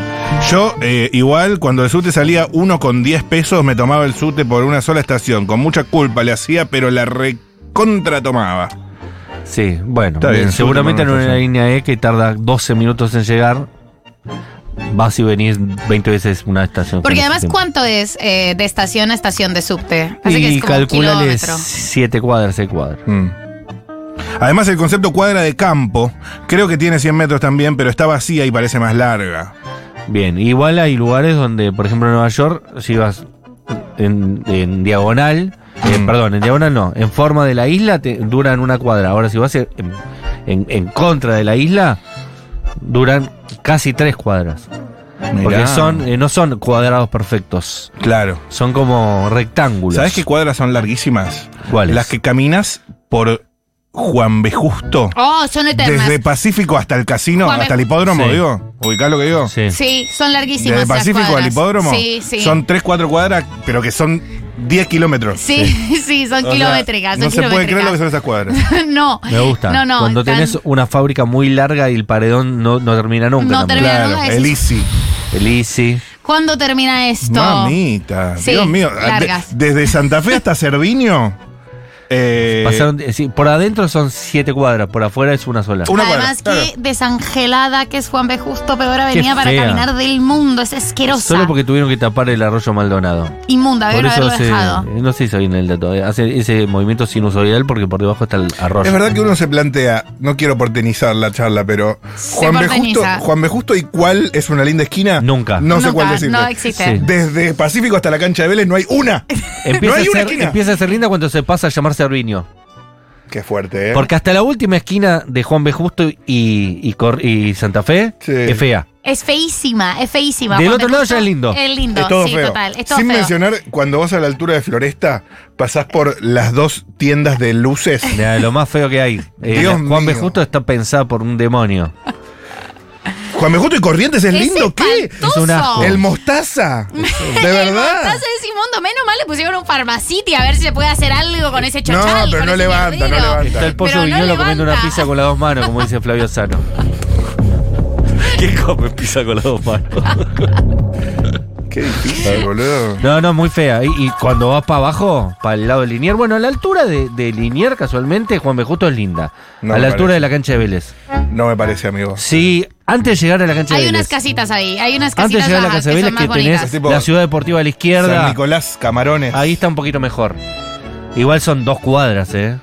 Speaker 2: Yo, eh, igual, cuando el SUTE salía uno con 10 pesos, me tomaba el SUTE por una sola estación. Con mucha culpa le hacía, pero la recontra tomaba.
Speaker 1: Sí, bueno. eh,
Speaker 2: Está bien,
Speaker 1: seguramente en
Speaker 2: súper buena
Speaker 1: una línea E que tarda 12 minutos en llegar, vas y venís 20 veces una estación.
Speaker 3: Porque
Speaker 1: con ese
Speaker 3: además,
Speaker 1: tiempo.
Speaker 3: ¿cuánto es eh, de estación a estación de subte? Así que
Speaker 1: Y
Speaker 3: es como un
Speaker 1: calculale
Speaker 3: kilómetro.
Speaker 1: 7 cuadras, 6 cuadras.
Speaker 2: Además, el concepto cuadra de campo, creo que tiene 100 metros también, pero está vacía y parece más larga.
Speaker 1: Bien, igual hay lugares donde, por ejemplo, en Nueva York, si vas en, en diagonal,
Speaker 2: Mm.
Speaker 1: eh, perdón, en diagonal no, en forma de la isla te duran una cuadra. Ahora, si vas en, en- en contra de la isla, duran casi tres cuadras. Porque
Speaker 2: Mirá.
Speaker 1: son, eh, no son cuadrados perfectos.
Speaker 2: Claro.
Speaker 1: Son como rectángulos.
Speaker 2: ¿Sabes qué cuadras son larguísimas?
Speaker 1: ¿Cuáles?
Speaker 2: Las que caminas por Juan B. Justo.
Speaker 3: Oh, son eternas.
Speaker 2: Desde Pacífico hasta el casino,
Speaker 3: Juan B.
Speaker 2: hasta el hipódromo,
Speaker 1: Sí.
Speaker 2: digo. ¿Ubicás lo que digo?
Speaker 3: Sí, son larguísimas.
Speaker 2: Desde
Speaker 3: las
Speaker 2: Pacífico al
Speaker 3: cuadras.
Speaker 2: hipódromo.
Speaker 3: Sí, sí.
Speaker 2: Son 3, 4 cuadras, pero que son 10 kilómetros.
Speaker 3: sí, sí, son
Speaker 2: O sea,
Speaker 3: kilométricas. son
Speaker 2: No se puede creer lo que son
Speaker 3: kilométricas.
Speaker 2: esas cuadras.
Speaker 3: no.
Speaker 1: Me gusta.
Speaker 3: No, no.
Speaker 1: Cuando
Speaker 3: están-
Speaker 1: tenés una fábrica muy larga y el paredón no, no termina nunca.
Speaker 3: No
Speaker 1: tampoco.
Speaker 3: termina Claro, nunca, decís- el
Speaker 2: Easy.
Speaker 1: El Easy.
Speaker 3: ¿Cuándo termina esto?
Speaker 2: Mamita.
Speaker 3: Sí,
Speaker 2: Dios mío.
Speaker 3: largas.
Speaker 2: De- desde Santa Fe hasta Cerviño.
Speaker 1: Pasaron- eh, sí, por adentro son siete cuadras, por afuera es una sola.
Speaker 3: Además, qué desangelada que es Juan B. Justo, peor avenida para
Speaker 1: fea.
Speaker 3: caminar del mundo. Es asquerosa.
Speaker 1: Solo porque tuvieron que tapar el arroyo Maldonado.
Speaker 3: Inmunda,
Speaker 1: Por
Speaker 3: deben
Speaker 1: eso
Speaker 3: haberlo
Speaker 1: se-
Speaker 3: dejado.
Speaker 1: no se hizo bien el dato. eh, Hace ese movimiento sinusoidal porque por debajo está el arroyo.
Speaker 2: Es verdad que uno se plantea, no quiero portenizar la charla, pero Juan B. Justo,
Speaker 3: porteniza.
Speaker 2: Juan B. Justo y cuál es una linda esquina.
Speaker 1: Nunca.
Speaker 2: No sé
Speaker 3: Nunca,
Speaker 2: cuál decirte.
Speaker 3: no existe. Sí.
Speaker 2: Desde Pacífico hasta la cancha de Vélez no hay una. no
Speaker 1: Empieza,
Speaker 2: hay
Speaker 1: a
Speaker 2: una
Speaker 1: ser,
Speaker 2: esquina.
Speaker 1: empieza a ser linda cuando se pasa a llamarse Arviño.
Speaker 2: Qué fuerte, ¿eh?
Speaker 1: Porque hasta la última esquina de Juan B. Justo y, y Cor- y Santa Fe es fea.
Speaker 3: Es feísima, es feísima.
Speaker 1: Del
Speaker 3: Juan
Speaker 1: otro
Speaker 3: B.
Speaker 1: lado
Speaker 3: Justo
Speaker 1: ya es lindo.
Speaker 3: Es lindo,
Speaker 2: Es todo
Speaker 3: sí,
Speaker 2: feo.
Speaker 3: total. Es todo
Speaker 2: Sin
Speaker 3: feo.
Speaker 2: mencionar, cuando vas a la altura de Floresta, pasás por las dos tiendas de luces.
Speaker 1: Mirá, lo más feo que hay. Eh,
Speaker 2: Dios
Speaker 1: la- Juan B.
Speaker 2: mío.
Speaker 1: Justo está pensada por un demonio.
Speaker 2: Juan B. Justo y Corrientes es
Speaker 3: Es
Speaker 2: lindo, ¿qué?
Speaker 3: espantoso. Es un asco.
Speaker 2: El mostaza. ¿De
Speaker 3: El
Speaker 2: verdad?
Speaker 3: mostaza es inmundo. Menos mal le pusieron un farmaciti a ver si se puede hacer algo con ese chochal.
Speaker 2: No, pero
Speaker 3: con
Speaker 2: no
Speaker 3: ese
Speaker 2: levanta, no
Speaker 3: mierdero.
Speaker 2: levanta.
Speaker 1: Está el pollo
Speaker 3: Pero no
Speaker 1: viñolo comiendo una
Speaker 3: levanta.
Speaker 1: pizza con las dos manos, como dice Flavio Sano. ¿Qué come pizza con las dos manos?
Speaker 2: Qué difícil, boludo.
Speaker 1: No, no, muy fea. Y, y cuando vas para abajo, para el lado de Linier, bueno, a la altura de, de Linier, casualmente, Juan B. Justo es linda.
Speaker 2: No
Speaker 1: a
Speaker 2: me
Speaker 1: la altura
Speaker 2: parece.
Speaker 1: de la cancha de Vélez.
Speaker 2: No me parece, amigo.
Speaker 1: Sí, antes de llegar a la cancha
Speaker 3: Hay
Speaker 1: de
Speaker 3: unas
Speaker 1: Vélez.
Speaker 3: casitas ahí, hay unas
Speaker 1: Antes de
Speaker 3: casitas
Speaker 1: llegar a la
Speaker 3: bajas
Speaker 1: cancha
Speaker 3: que
Speaker 1: de
Speaker 3: son
Speaker 1: Vélez, que
Speaker 3: más bonitas.
Speaker 1: tenés
Speaker 2: Tipo,
Speaker 1: la ciudad deportiva a la
Speaker 2: San
Speaker 1: izquierda.
Speaker 2: Nicolás, Camarones.
Speaker 1: Ahí está un poquito mejor. Igual son dos cuadras, ¿eh?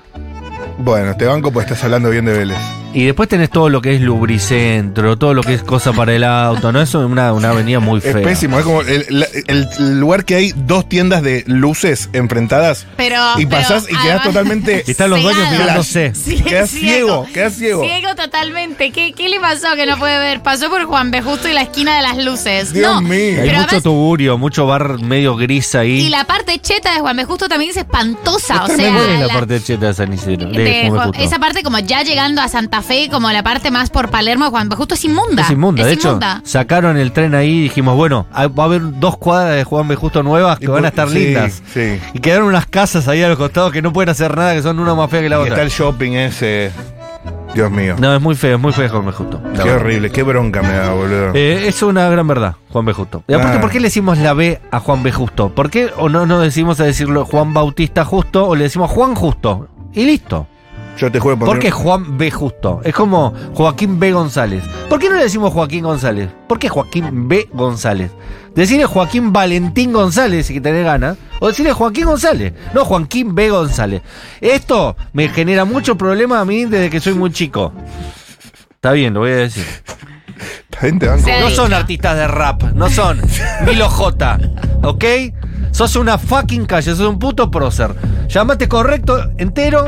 Speaker 2: Bueno, te banco pues estás hablando bien de Vélez.
Speaker 1: Y después tenés todo lo que es lubricentro, todo lo que es cosa para el auto, ¿no? Eso es una, una avenida muy
Speaker 2: Es
Speaker 1: fea.
Speaker 2: pésimo, es como el, la- el lugar que hay dos tiendas de luces enfrentadas
Speaker 3: Pero,
Speaker 2: y
Speaker 3: pero,
Speaker 2: pasás y quedás
Speaker 3: además-
Speaker 2: totalmente.
Speaker 1: Y están los dueños
Speaker 3: Cegado.
Speaker 1: mirándose.
Speaker 3: Sí,
Speaker 2: Quedás ciego, quedás ciego.
Speaker 3: Ciego totalmente. ¿Qué, ¿Qué le pasó que no puede ver? Pasó por Juan B. Justo y la esquina de las luces.
Speaker 2: Dios
Speaker 3: no,
Speaker 2: mío.
Speaker 1: Hay
Speaker 3: pero
Speaker 1: mucho
Speaker 3: además-
Speaker 1: tugurio, mucho bar medio gris ahí.
Speaker 3: y la parte cheta de Juan B. Justo también es espantosa. O sea,
Speaker 1: ¿Cuál es la,
Speaker 3: la-
Speaker 1: parte cheta de San Isidro? De
Speaker 3: de
Speaker 1: Juan B.
Speaker 3: Juan-
Speaker 1: Justo.
Speaker 3: esa parte como ya llegando a Santa Fe, como la parte más por Palermo de Juan B. Justo es inmunda.
Speaker 1: Es inmunda, de
Speaker 3: inmunda.
Speaker 1: hecho, sacaron el tren ahí y dijimos, bueno, hay- va a haber dos cuadras de Juan B. Justo nuevas que
Speaker 2: Y
Speaker 1: van
Speaker 2: por-
Speaker 1: a estar
Speaker 2: sí,
Speaker 1: lindas.
Speaker 2: Sí.
Speaker 1: Y quedaron unas casas ahí a los costados que no pueden hacer nada, que son una más fea que la
Speaker 2: Y está
Speaker 1: otra.
Speaker 2: el shopping ese. Dios mío.
Speaker 1: No, es muy feo, es muy feo Juan B. Justo. la
Speaker 2: qué
Speaker 1: verdad.
Speaker 2: horrible, qué bronca me da, boludo.
Speaker 1: Eh, es una gran verdad, Juan B. Justo. Y aparte,
Speaker 2: Ah.
Speaker 1: ¿por qué le decimos la B a Juan B. Justo? ¿Por qué o no nos decimos a decirlo Juan Bautista Justo o le decimos Juan Justo? Y listo.
Speaker 2: Yo te juro
Speaker 1: ¿Por qué Juan B. Justo? Es como Joaquín B. González. ¿Por qué no le decimos Joaquín González? ¿Por qué Joaquín B. González? Decirle Joaquín Valentín González, si tenés ganas, o decirle Joaquín González, no Joaquín B. González. Esto me genera mucho problema a mí desde que soy muy chico. Está bien, lo voy a decir.
Speaker 2: También te banco.
Speaker 3: Se ha
Speaker 1: No
Speaker 3: dicho.
Speaker 1: son artistas de rap, no son Milo J, ¿ok? Sos una fucking calle, sos un puto prócer. Llámate correcto, entero,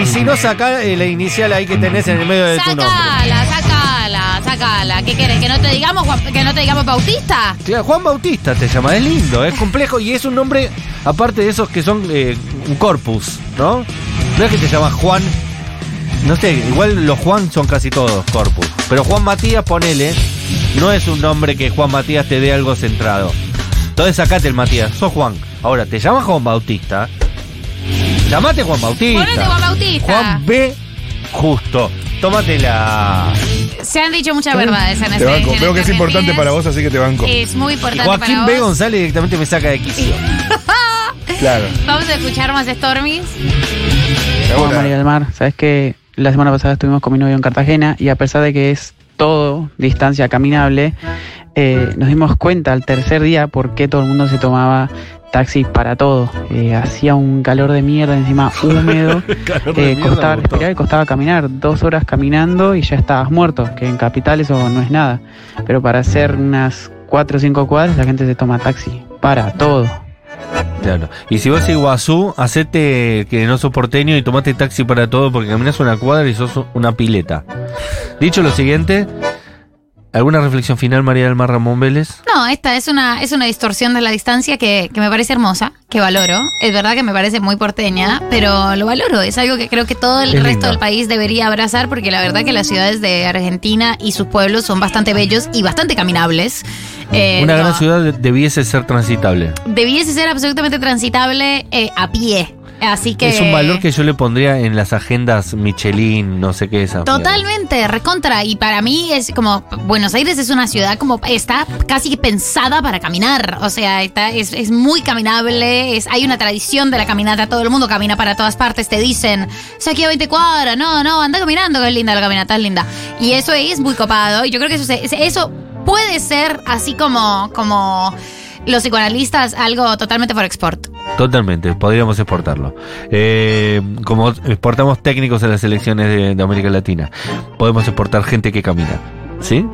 Speaker 1: y si no, saca eh, la inicial ahí que tenés en el medio de tu nombre.
Speaker 3: Sacala, sacala, sacala. ¿Qué querés? ¿Que no te digamos, Juan- que no te digamos Bautista?
Speaker 1: Claro, Juan Bautista te llama, es lindo, es complejo y es un nombre, aparte de esos que son eh, un corpus, ¿no? No es que te llamas Juan, no sé, igual los Juan son casi todos corpus, pero Juan Matías, ponele, no es un nombre que Juan Matías te dé algo centrado. Entonces sacate el Matías, sos Juan. Ahora, te llamas Juan Bautista, llamate Juan Bautista.
Speaker 3: Ponete Juan Bautista.
Speaker 1: Juan B. Justo, tómatela.
Speaker 3: Se han dicho muchas verdades en
Speaker 2: Te
Speaker 3: este
Speaker 2: banco.
Speaker 3: en
Speaker 2: Veo que es
Speaker 3: estas
Speaker 2: importante
Speaker 3: reuniones.
Speaker 2: para vos, así que te banco.
Speaker 3: Es muy
Speaker 1: Y
Speaker 3: importante
Speaker 1: Joaquín B.
Speaker 3: para vos.
Speaker 1: González directamente me saca de quicio.
Speaker 2: Claro.
Speaker 3: Vamos a escuchar más de Stormis.
Speaker 16: Hola,
Speaker 2: Ahora,
Speaker 16: María del Mar, sabes que la semana pasada estuvimos con mi novio en Cartagena y a pesar de que es todo distancia caminable, eh, nos dimos cuenta al tercer día por qué todo el mundo se tomaba taxi para todo. Eh, hacía un calor de mierda, encima húmedo,
Speaker 1: Calor de
Speaker 16: eh,
Speaker 1: mierda,
Speaker 16: costaba
Speaker 1: me gustó.
Speaker 16: respirar y costaba caminar. Dos horas caminando y ya estabas muerto, que en capital eso no es nada. Pero para hacer unas cuatro o cinco cuadras la gente se toma taxi para todo.
Speaker 1: Claro. Y si vas a Iguazú, hacete que no sos porteño y tomate taxi para todo porque caminas una cuadra y sos una pileta. Dicho lo siguiente, ¿alguna reflexión final, María del Mar Ramón Vélez?
Speaker 3: No, esta es una, es una distorsión de la distancia que, que me parece hermosa, que valoro. Es verdad que me parece muy porteña, pero lo valoro. Es algo que creo que todo el
Speaker 1: Es
Speaker 3: resto
Speaker 1: lindo.
Speaker 3: del país debería abrazar, porque la verdad que las ciudades de Argentina y sus pueblos son bastante bellos y bastante caminables. Eh,
Speaker 1: una gran
Speaker 3: no,
Speaker 1: ciudad debiese ser transitable.
Speaker 3: Debiese ser absolutamente transitable eh, a pie. Así que.
Speaker 1: Es un valor que yo le pondría en las agendas Michelin, no sé qué esa. mierda.
Speaker 3: Totalmente, recontra. Y para mí es como. Buenos Aires es una ciudad como. Está casi que pensada para caminar. O sea, está, es, es muy caminable. Es, hay una tradición de la caminata. Todo el mundo camina para todas partes. Te dicen, estoy aquí a 20 cuadras. No, no, anda caminando, que es linda la caminata, es linda. Y eso es muy copado. Y yo creo que eso, se- eso puede ser así como. como los psicoanalistas, algo totalmente por export.
Speaker 1: Totalmente, podríamos exportarlo. Eh, como exportamos técnicos a las elecciones de, de América Latina, podemos exportar gente que camina. ¿Sí?